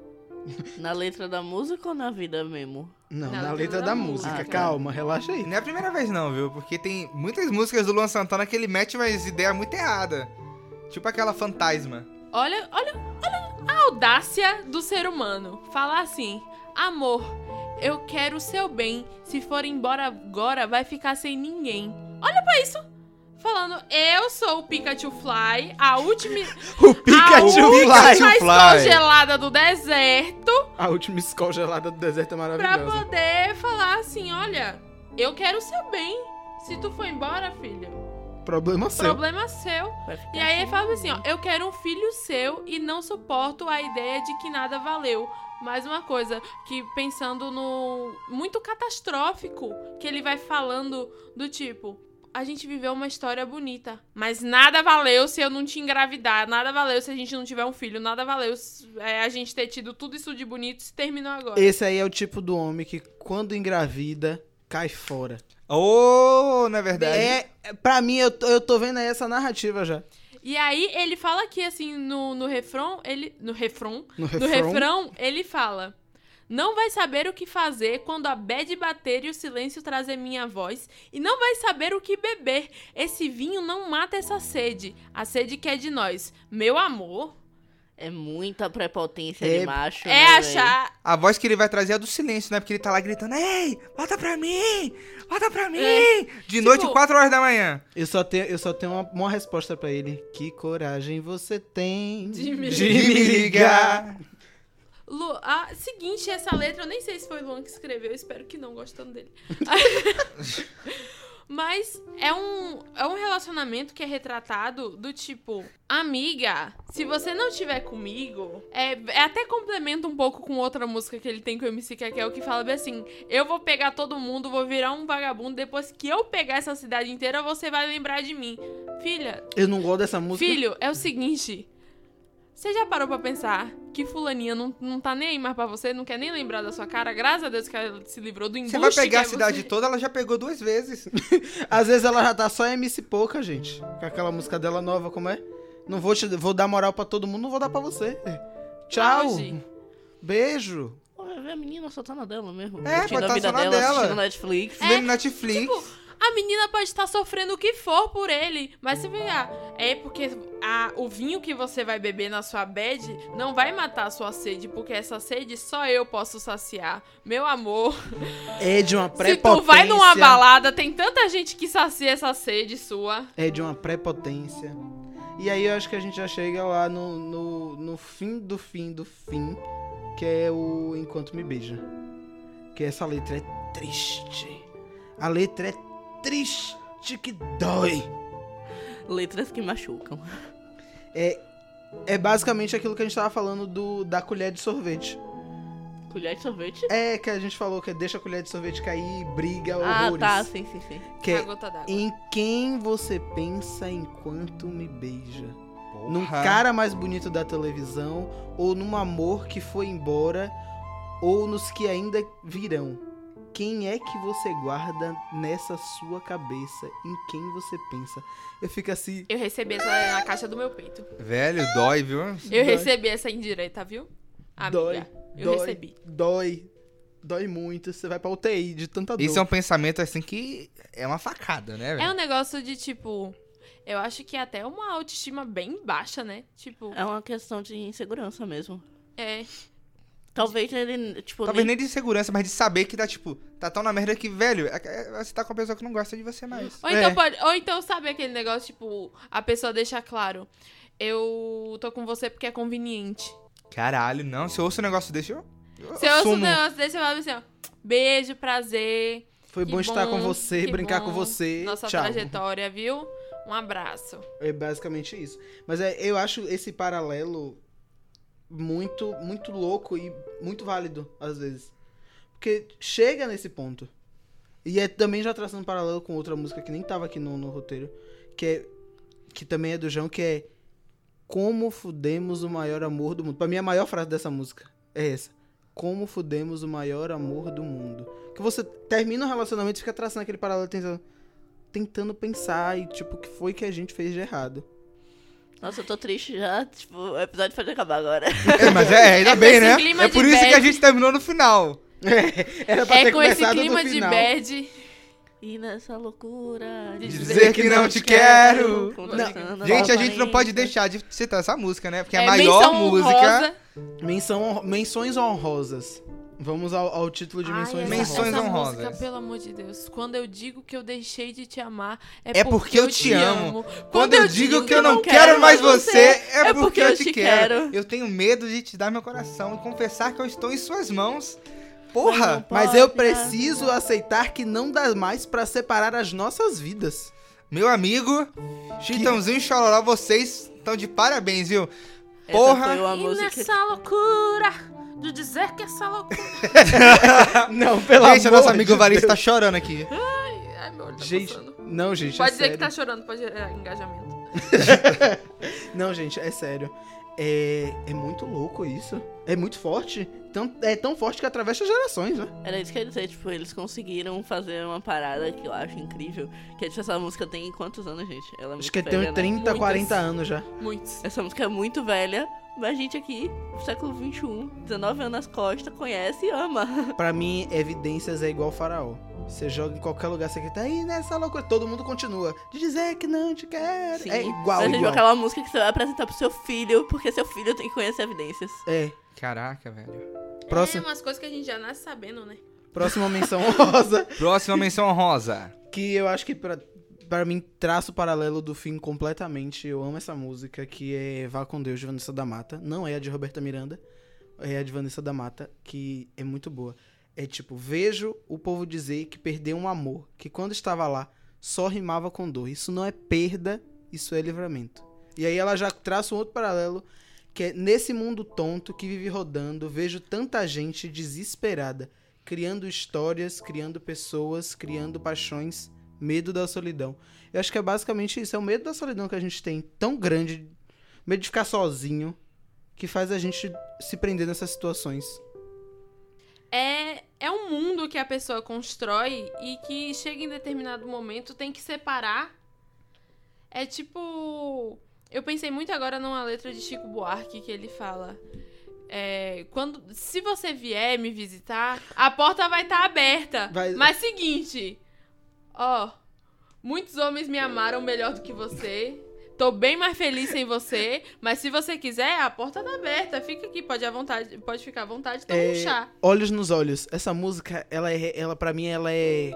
Speaker 2: Na letra da música ou na vida mesmo?
Speaker 3: Não, na, letra da, música.
Speaker 2: música.
Speaker 3: Calma, relaxa
Speaker 4: E
Speaker 3: aí. né?
Speaker 4: não é a primeira vez não, viu? Porque tem muitas músicas do Luan Santana que ele mete umas ideias muito erradas. Tipo aquela Fantasma.
Speaker 5: Olha, olha, olha a audácia do ser humano. Falar assim: amor, eu quero o seu bem. Se for embora agora, vai ficar sem ninguém. Olha pra isso! Falando, eu sou o Pikachu Fly, a última.
Speaker 3: O
Speaker 5: Pikachu
Speaker 3: a última,
Speaker 5: mais
Speaker 4: Fly.
Speaker 5: congelada do deserto.
Speaker 3: a última escola gelada do deserto é
Speaker 5: Pra
Speaker 3: maravilhosa.
Speaker 5: poder falar assim, olha, eu quero o seu bem. Se tu for embora, filho,
Speaker 3: Problema seu.
Speaker 5: problema seu.
Speaker 2: Vai ficar
Speaker 5: E aí ele
Speaker 2: assim.
Speaker 5: fala assim, ó, eu quero um filho seu e não suporto a ideia de que nada valeu. Mais uma coisa, que pensando no muito catastrófico que ele vai falando do tipo, a gente viveu uma história bonita, mas nada valeu se eu não te engravidar, nada valeu se a gente não tiver um filho, nada valeu se- é, a gente ter tido tudo isso de bonito se terminou agora.
Speaker 3: Esse aí é o tipo do homem que, quando engravida, cai fora.
Speaker 4: Ô, não é verdade?
Speaker 3: É, é, pra mim, eu tô, eu tô vendo aí essa narrativa já.
Speaker 5: E aí ele fala aqui assim no, no refrão, ele no refrão,
Speaker 3: No
Speaker 5: no
Speaker 3: refrão.
Speaker 5: refrão ele fala: "Não vai saber o que fazer quando a bad bater e o silêncio trazer minha voz, e não vai saber o que beber. Esse vinho não mata essa sede, a sede que é de nós. Meu amor,
Speaker 2: É muita prepotência
Speaker 3: É-
Speaker 2: de macho.
Speaker 5: é
Speaker 2: né,
Speaker 5: achar
Speaker 4: A voz que ele vai trazer é a do silêncio, né? Porque ele tá lá gritando, ei, bota pra mim, bota pra mim. De noite,
Speaker 5: É. Tipo-
Speaker 4: 4 horas da manhã.
Speaker 3: Eu só tenho, eu só tenho uma, uma resposta pra ele. Que coragem você tem
Speaker 5: De me- Lu, ah, seguinte, essa letra, eu nem sei se foi Luan que escreveu, eu espero que não, gostando dele. Mas é um, é um relacionamento que é retratado do tipo, amiga, se você não tiver comigo, é, é até complementa um pouco com outra música que ele tem com o MC Kekel, que fala bem assim, eu vou pegar todo mundo, vou virar um vagabundo, depois que eu pegar essa cidade inteira, você vai lembrar de mim. Filha,
Speaker 3: Eu não gosto dessa música.
Speaker 5: Filho, é o seguinte. Você já parou pra pensar que fulaninha não, não tá nem aí mais pra você, não quer nem lembrar da sua cara? Graças a Deus que ela se livrou do embuste.
Speaker 4: Você vai pegar a
Speaker 5: que é
Speaker 4: cidade
Speaker 5: você...
Speaker 4: toda, ela já pegou duas vezes.
Speaker 3: Às vezes ela já tá só MC pouca, gente. Com aquela música dela nova, como é? Não vou te, vou dar moral pra todo mundo, não vou dar pra você. Tchau.
Speaker 5: Auge.
Speaker 3: Beijo.
Speaker 2: Porra, a menina só tá na dela mesmo.
Speaker 4: É,
Speaker 2: curtindo
Speaker 4: pode tá
Speaker 2: a vida
Speaker 4: só na
Speaker 2: dela,
Speaker 4: dela.
Speaker 2: assistindo Netflix.
Speaker 4: Vendo Netflix.
Speaker 5: Tipo, a menina pode estar sofrendo o que for por ele, mas se virar, é porque a- o vinho que você vai beber na sua bed não vai matar a sua sede, porque essa sede só eu posso saciar. Meu amor,
Speaker 3: É de uma
Speaker 5: se
Speaker 3: prepotência.
Speaker 5: tu vai numa balada, tem tanta gente que sacia essa sede sua.
Speaker 3: É de uma prepotência. E aí eu acho que a gente já chega lá no, no, no fim do fim do fim, que é o Enquanto Me Beija. Que essa letra é triste. A letra é triste que dói.
Speaker 2: Letras que machucam.
Speaker 3: É basicamente aquilo que a gente tava falando do, da colher de sorvete.
Speaker 2: Colher de sorvete?
Speaker 3: É que a gente falou que é deixa a colher de sorvete cair, briga,
Speaker 2: Ah,
Speaker 3: horrores.
Speaker 2: tá, sim, sim, sim.
Speaker 3: Que
Speaker 5: A
Speaker 3: é
Speaker 5: gota d'água.
Speaker 3: em quem você pensa enquanto me beija.
Speaker 4: Porra.
Speaker 3: num cara mais bonito da televisão, ou num amor que foi embora, ou nos que ainda virão. Quem é que você guarda nessa sua cabeça? Em quem você pensa? Eu fico assim.
Speaker 5: Eu recebi essa na caixa do meu peito.
Speaker 4: Velho, dói, viu?
Speaker 5: Eu
Speaker 3: Dói.
Speaker 5: recebi essa indireta, viu? Amiga,
Speaker 3: Dói,
Speaker 5: eu
Speaker 3: dói.
Speaker 5: recebi.
Speaker 3: Dói. Dói muito. Você vai pra UTI de tanta dor.
Speaker 4: Isso é um pensamento assim que é uma facada, né, velho?
Speaker 5: É um negócio de tipo. Eu acho que é até uma autoestima bem baixa, né? Tipo,
Speaker 2: É uma questão de insegurança mesmo.
Speaker 5: é.
Speaker 2: Talvez ele, tipo,
Speaker 4: Talvez
Speaker 2: nem...
Speaker 4: nem de segurança, mas de saber que tá, tipo, tá tão na merda que, velho, é- é- você tá com uma pessoa que não gosta de você mais.
Speaker 5: Ou então,
Speaker 3: É.
Speaker 5: pode, ou então, sabe aquele negócio, tipo, a pessoa deixa claro. Eu tô com você porque é conveniente.
Speaker 4: Caralho, não. Se eu ouço um negócio desse, eu. eu
Speaker 5: Se eu ouço um
Speaker 4: sumo.
Speaker 5: negócio desse, eu falo assim, ó. Beijo, prazer.
Speaker 3: Foi
Speaker 5: que
Speaker 3: bom estar com
Speaker 5: bom,
Speaker 3: você,
Speaker 5: que
Speaker 3: brincar
Speaker 5: bom.
Speaker 3: com você.
Speaker 5: Nossa
Speaker 3: Tchau.
Speaker 5: trajetória, viu? Um abraço.
Speaker 3: É basicamente isso. Mas é, eu acho esse paralelo muito, muito louco e muito válido, às vezes. Porque chega nesse ponto. E é também já traçando um paralelo com outra música que nem tava aqui no, no roteiro, que é. Que também é do João, que é Como fudemos o maior amor do mundo. Pra mim, a maior frase dessa música é essa. Como fudemos o maior amor do mundo. Que você termina um relacionamento e fica traçando aquele paralelo tentando, tentando pensar e, tipo, o que foi que a gente fez de errado.
Speaker 2: Nossa, eu tô triste já. Tipo, o episódio pode acabar agora.
Speaker 4: É, mas é, ainda
Speaker 5: É com
Speaker 4: bem,
Speaker 5: esse
Speaker 4: né?
Speaker 5: clima
Speaker 4: É
Speaker 5: de
Speaker 4: por isso que
Speaker 5: bad.
Speaker 4: a gente terminou no final.
Speaker 3: Era pra
Speaker 5: É
Speaker 3: ter
Speaker 5: com esse
Speaker 3: começado
Speaker 5: clima
Speaker 3: no
Speaker 5: de
Speaker 3: final.
Speaker 5: bad.
Speaker 2: E nessa loucura.
Speaker 5: De
Speaker 4: De
Speaker 5: Dizer
Speaker 4: dizer que não te quero.
Speaker 2: Conversando
Speaker 4: Gente, a gente não
Speaker 2: novamente.
Speaker 4: pode deixar de citar essa música, né? Porque é a
Speaker 5: É,
Speaker 4: maior
Speaker 5: menção
Speaker 4: música.
Speaker 5: honrosa.
Speaker 3: Menção honro- Menções honrosas. Vamos ao, ao título de menções
Speaker 5: Ai,
Speaker 3: honrosas.
Speaker 5: essa-
Speaker 4: Menções
Speaker 5: essa
Speaker 4: honrosas.
Speaker 5: música, pelo amor de Deus. Quando eu digo que eu deixei de te amar, é,
Speaker 4: É porque eu te amo. Quando eu digo que eu não quero mais você, é porque eu te quero. Eu tenho medo de te dar meu coração e confessar que eu estou em suas mãos. Porra!
Speaker 3: Mas eu
Speaker 2: Pode,
Speaker 3: preciso aceitar que não dá mais pra separar as nossas vidas.
Speaker 4: Meu amigo, Chitãozinho e Chororó, vocês estão de parabéns, viu?
Speaker 2: Essa
Speaker 4: Porra.
Speaker 2: foi uma
Speaker 5: E
Speaker 2: música
Speaker 5: nessa loucura de dizer que essa loucura.
Speaker 3: Não, pelo
Speaker 4: Gente, o nosso
Speaker 3: de
Speaker 4: amigo Valinho está
Speaker 3: Deus.
Speaker 4: chorando aqui.
Speaker 5: Ai, meu olho tá
Speaker 3: Gente,
Speaker 5: passando.
Speaker 3: não, gente,
Speaker 5: Pode
Speaker 3: é
Speaker 5: dizer que
Speaker 3: sério.
Speaker 5: tá chorando, pode gerar engajamento. tá-
Speaker 3: Não, gente, é sério. É, é muito louco isso. É muito forte. Tão- é tão forte que atravessa gerações, né?
Speaker 2: Era isso que eu ia dizer, tipo, eles conseguiram fazer uma parada que eu acho incrível. Que é tipo, essa música tem quantos anos, gente? Ela é muito
Speaker 3: Acho que
Speaker 2: velha,
Speaker 3: tem
Speaker 2: né?
Speaker 3: 30,
Speaker 5: Muitas.
Speaker 3: 40 anos já.
Speaker 5: Muitos.
Speaker 2: Essa música é muito velha, mas a gente aqui, século XXI, 19 anos nas costas, conhece e ama.
Speaker 3: Pra mim, evidências é igual faraó. Você joga em qualquer lugar, você grita, aí nessa loucura. Todo mundo continua. De dizer que não te quero. É igual,
Speaker 2: Mas a gente
Speaker 3: igual.
Speaker 2: vai aquela música que você vai apresentar pro seu filho, porque seu filho tem que conhecer evidências.
Speaker 3: É.
Speaker 4: Caraca, velho.
Speaker 3: Próximo,
Speaker 5: É umas coisas que a gente já nasce sabendo, né?
Speaker 3: Próxima menção honrosa.
Speaker 4: Próxima menção honrosa.
Speaker 3: Que eu acho que pra, pra mim traço o paralelo do fim completamente. Eu amo essa música, que é Vá com Deus, de Vanessa da Mata. Não é a de Roberta Miranda, é a de Vanessa da Mata, que é muito boa. É tipo, vejo o povo dizer que perdeu um amor, que quando estava lá, só rimava com dor. Isso não é perda, isso é livramento. E aí ela já traça um outro paralelo, que é nesse mundo tonto que vive rodando, vejo tanta gente desesperada, criando histórias, criando pessoas, criando paixões, medo da solidão. Eu acho que é basicamente isso, é o medo da solidão que a gente tem tão grande, medo de ficar sozinho, que faz a gente se prender nessas situações.
Speaker 5: É, é um mundo que a pessoa constrói e que chega em determinado momento tem que separar. É tipo. Eu pensei muito agora numa letra de Chico Buarque que ele fala. é, quando, se você vier me visitar, a porta vai estar aberta.
Speaker 3: Vai-
Speaker 5: Mas seguinte, ó, muitos homens me amaram melhor do que você. Tô bem mais feliz sem você, mas se você quiser, a porta tá aberta. Fica aqui, pode à vontade, pode ficar à vontade, toma
Speaker 3: É,
Speaker 5: um chá.
Speaker 3: Olhos nos olhos. Essa música, ela é, ela para mim ela é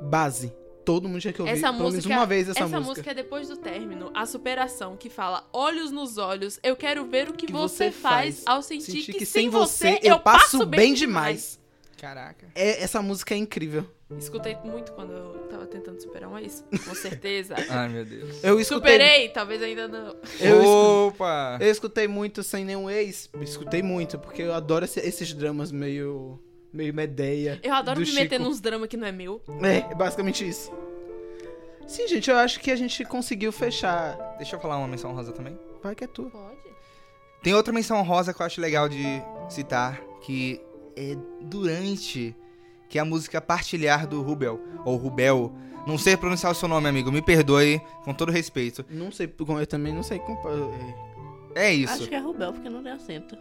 Speaker 3: base. Todo mundo já que ouviu,
Speaker 5: Essa
Speaker 3: pelo menos
Speaker 5: música-
Speaker 3: uma vez essa,
Speaker 5: Essa
Speaker 3: música.
Speaker 5: música é depois do término, a superação que fala olhos nos olhos, eu quero ver o que,
Speaker 3: Que
Speaker 5: você,
Speaker 3: você
Speaker 5: faz
Speaker 3: faz.
Speaker 5: ao sentir,
Speaker 3: Sentir
Speaker 5: que,
Speaker 3: que
Speaker 5: sem você eu passo bem demais.
Speaker 4: Caraca.
Speaker 3: É, essa música é incrível.
Speaker 5: Escutei muito quando eu tava tentando superar um ex, com certeza.
Speaker 4: Ai, meu Deus.
Speaker 3: Eu escutei,
Speaker 5: Superei, talvez ainda não.
Speaker 3: Eu
Speaker 4: Opa!
Speaker 3: eu escutei muito sem nenhum ex. Escutei muito porque eu adoro esse- esses dramas meio meio Medeia.
Speaker 5: Eu adoro
Speaker 3: do
Speaker 5: me meter
Speaker 3: Chico.
Speaker 5: nos dramas que não é meu.
Speaker 3: É, basicamente isso. Sim, gente, eu acho que a gente conseguiu fechar.
Speaker 4: Deixa eu falar uma menção rosa também.
Speaker 3: Vai que é tua.
Speaker 5: Pode.
Speaker 4: Tem outra menção rosa que eu acho legal de citar, que é durante, que é a música Partilhar do Rubel, ou Rubel. Não sei pronunciar o seu nome, amigo, me perdoe, com todo respeito.
Speaker 3: Não sei, eu também não sei como. é.
Speaker 4: É isso.
Speaker 2: Acho que é Rubel, porque não tem acento.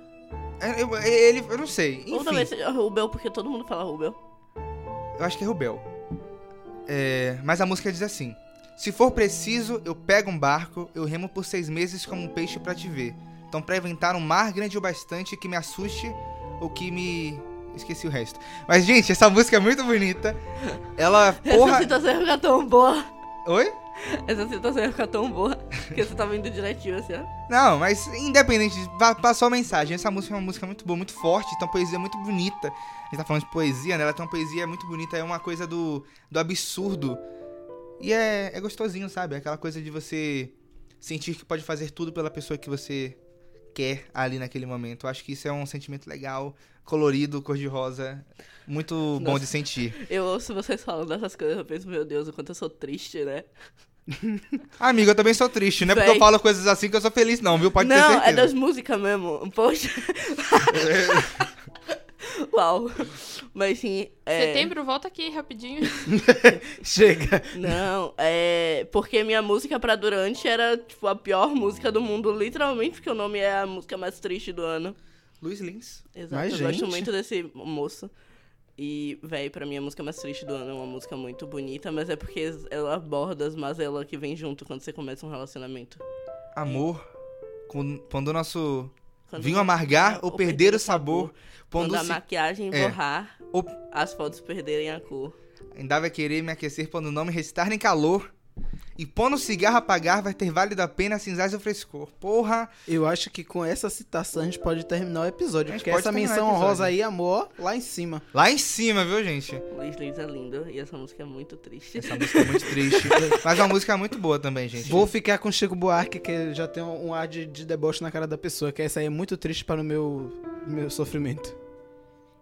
Speaker 4: É, eu, ele, eu não sei.
Speaker 2: Ou talvez
Speaker 4: Enfim,
Speaker 2: seja Rubel, porque todo mundo fala Rubel.
Speaker 4: eu acho que é Rubel. É, mas a música diz assim: Se for preciso, eu pego um barco, eu remo por seis meses como um peixe pra te ver. Então, pra inventar um mar grande o bastante que me assuste ou que me. Esqueci o resto. Mas, gente, essa música é muito bonita. Ela,
Speaker 2: Essa tá
Speaker 4: porra.
Speaker 2: situação ia ficar tão boa.
Speaker 4: Oi?
Speaker 2: Essa situação ia ficar tão boa. Porque você tava indo direitinho assim, ó.
Speaker 4: Não, mas independente, de- pa- passou a mensagem. Essa música é uma música muito boa, muito forte, então poesia muito bonita. A gente tá falando de poesia, né? Ela tem uma poesia muito bonita, é uma coisa do, do absurdo. E é, é gostosinho, sabe? Aquela coisa de você sentir que pode fazer tudo pela pessoa que você quer ali naquele momento. Eu acho que isso é um sentimento legal, colorido, cor-de-rosa, muito bom de sentir.
Speaker 2: Eu ouço vocês falando essas coisas, eu penso, meu Deus, o quanto eu sou triste, né?
Speaker 4: Amigo, eu também sou triste, não é porque eu
Speaker 2: Véi.
Speaker 4: falo coisas assim que eu sou feliz, não, viu? Pode ter
Speaker 2: não, é
Speaker 4: certeza.
Speaker 2: das músicas mesmo. um Poxa. Uau. Mas sim. É...
Speaker 5: Setembro, volta aqui rapidinho.
Speaker 3: Chega.
Speaker 2: Não, é. Porque minha música pra Durante era, tipo, a pior música do mundo, literalmente, porque o nome é a música mais triste do ano.
Speaker 4: Luiz Lins.
Speaker 2: Exato,
Speaker 3: Mas,
Speaker 2: eu
Speaker 3: gente.
Speaker 2: gosto muito desse moço. E, véi, pra mim a música mais triste do ano é uma música muito bonita, mas é porque ela aborda as mazelas que vem junto quando você começa um relacionamento.
Speaker 4: Amor, quando, quando o nosso
Speaker 2: Quando Ah,
Speaker 4: Vinho amargar é, ou perder o sabor,
Speaker 2: Quando
Speaker 4: pondo
Speaker 2: a
Speaker 4: se...
Speaker 2: maquiagem
Speaker 4: É.
Speaker 2: borrar,
Speaker 4: Ou-
Speaker 2: as fotos perderem a cor.
Speaker 4: Ainda vai querer me aquecer quando não me restar nem calor. E pondo o cigarro a apagar, vai ter válido a pena cinzas o frescor. Porra!
Speaker 3: Eu acho que com essa citação a gente pode terminar o episódio.
Speaker 4: A gente
Speaker 3: Porque
Speaker 4: pode
Speaker 3: essa
Speaker 4: terminar o
Speaker 3: menção
Speaker 4: episódio.
Speaker 3: honrosa aí, amor, lá em cima.
Speaker 4: Lá em cima, viu, gente?
Speaker 2: Luiz Lins é lindo e essa música é muito triste.
Speaker 4: Essa música é muito triste. Mas é uma música muito boa também, gente.
Speaker 3: Vou ficar com Chico Buarque, que já tem um ar de, de deboche na cara da pessoa, que essa aí é muito triste para o meu, meu sofrimento.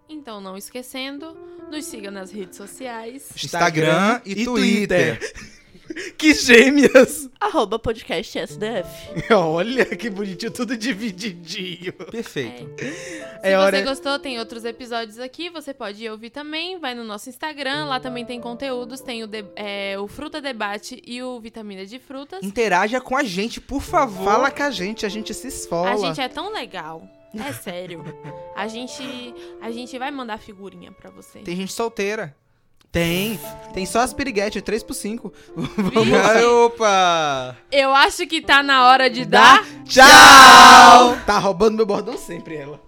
Speaker 5: Então, não esquecendo, nos siga nas redes sociais.
Speaker 4: Instagram e Twitter.
Speaker 3: que gêmeas!
Speaker 2: Arroba podcast SDF.
Speaker 3: Olha que bonitinho, tudo divididinho.
Speaker 4: Perfeito.
Speaker 5: Se
Speaker 3: É
Speaker 5: você
Speaker 3: hora-
Speaker 5: gostou, tem outros episódios aqui, você pode ir ouvir também. Vai no nosso Instagram, lá também tem conteúdos, tem o, de- é, o Fruta Debate e o Vitamina de
Speaker 4: É.
Speaker 5: Frutas.
Speaker 4: Interaja com a gente, por favor.
Speaker 3: Fala com a gente, a gente se esfola.
Speaker 5: A gente é tão legal. É sério. A gente, a gente vai mandar figurinha pra você.
Speaker 4: Tem gente solteira.
Speaker 5: é
Speaker 3: Tem, tem só as piriguete, 3 por 5.
Speaker 5: Vixe,
Speaker 4: Ai, opa!
Speaker 5: Eu acho que tá na hora de dar
Speaker 3: Tchau! Tá roubando meu bordão sempre ela.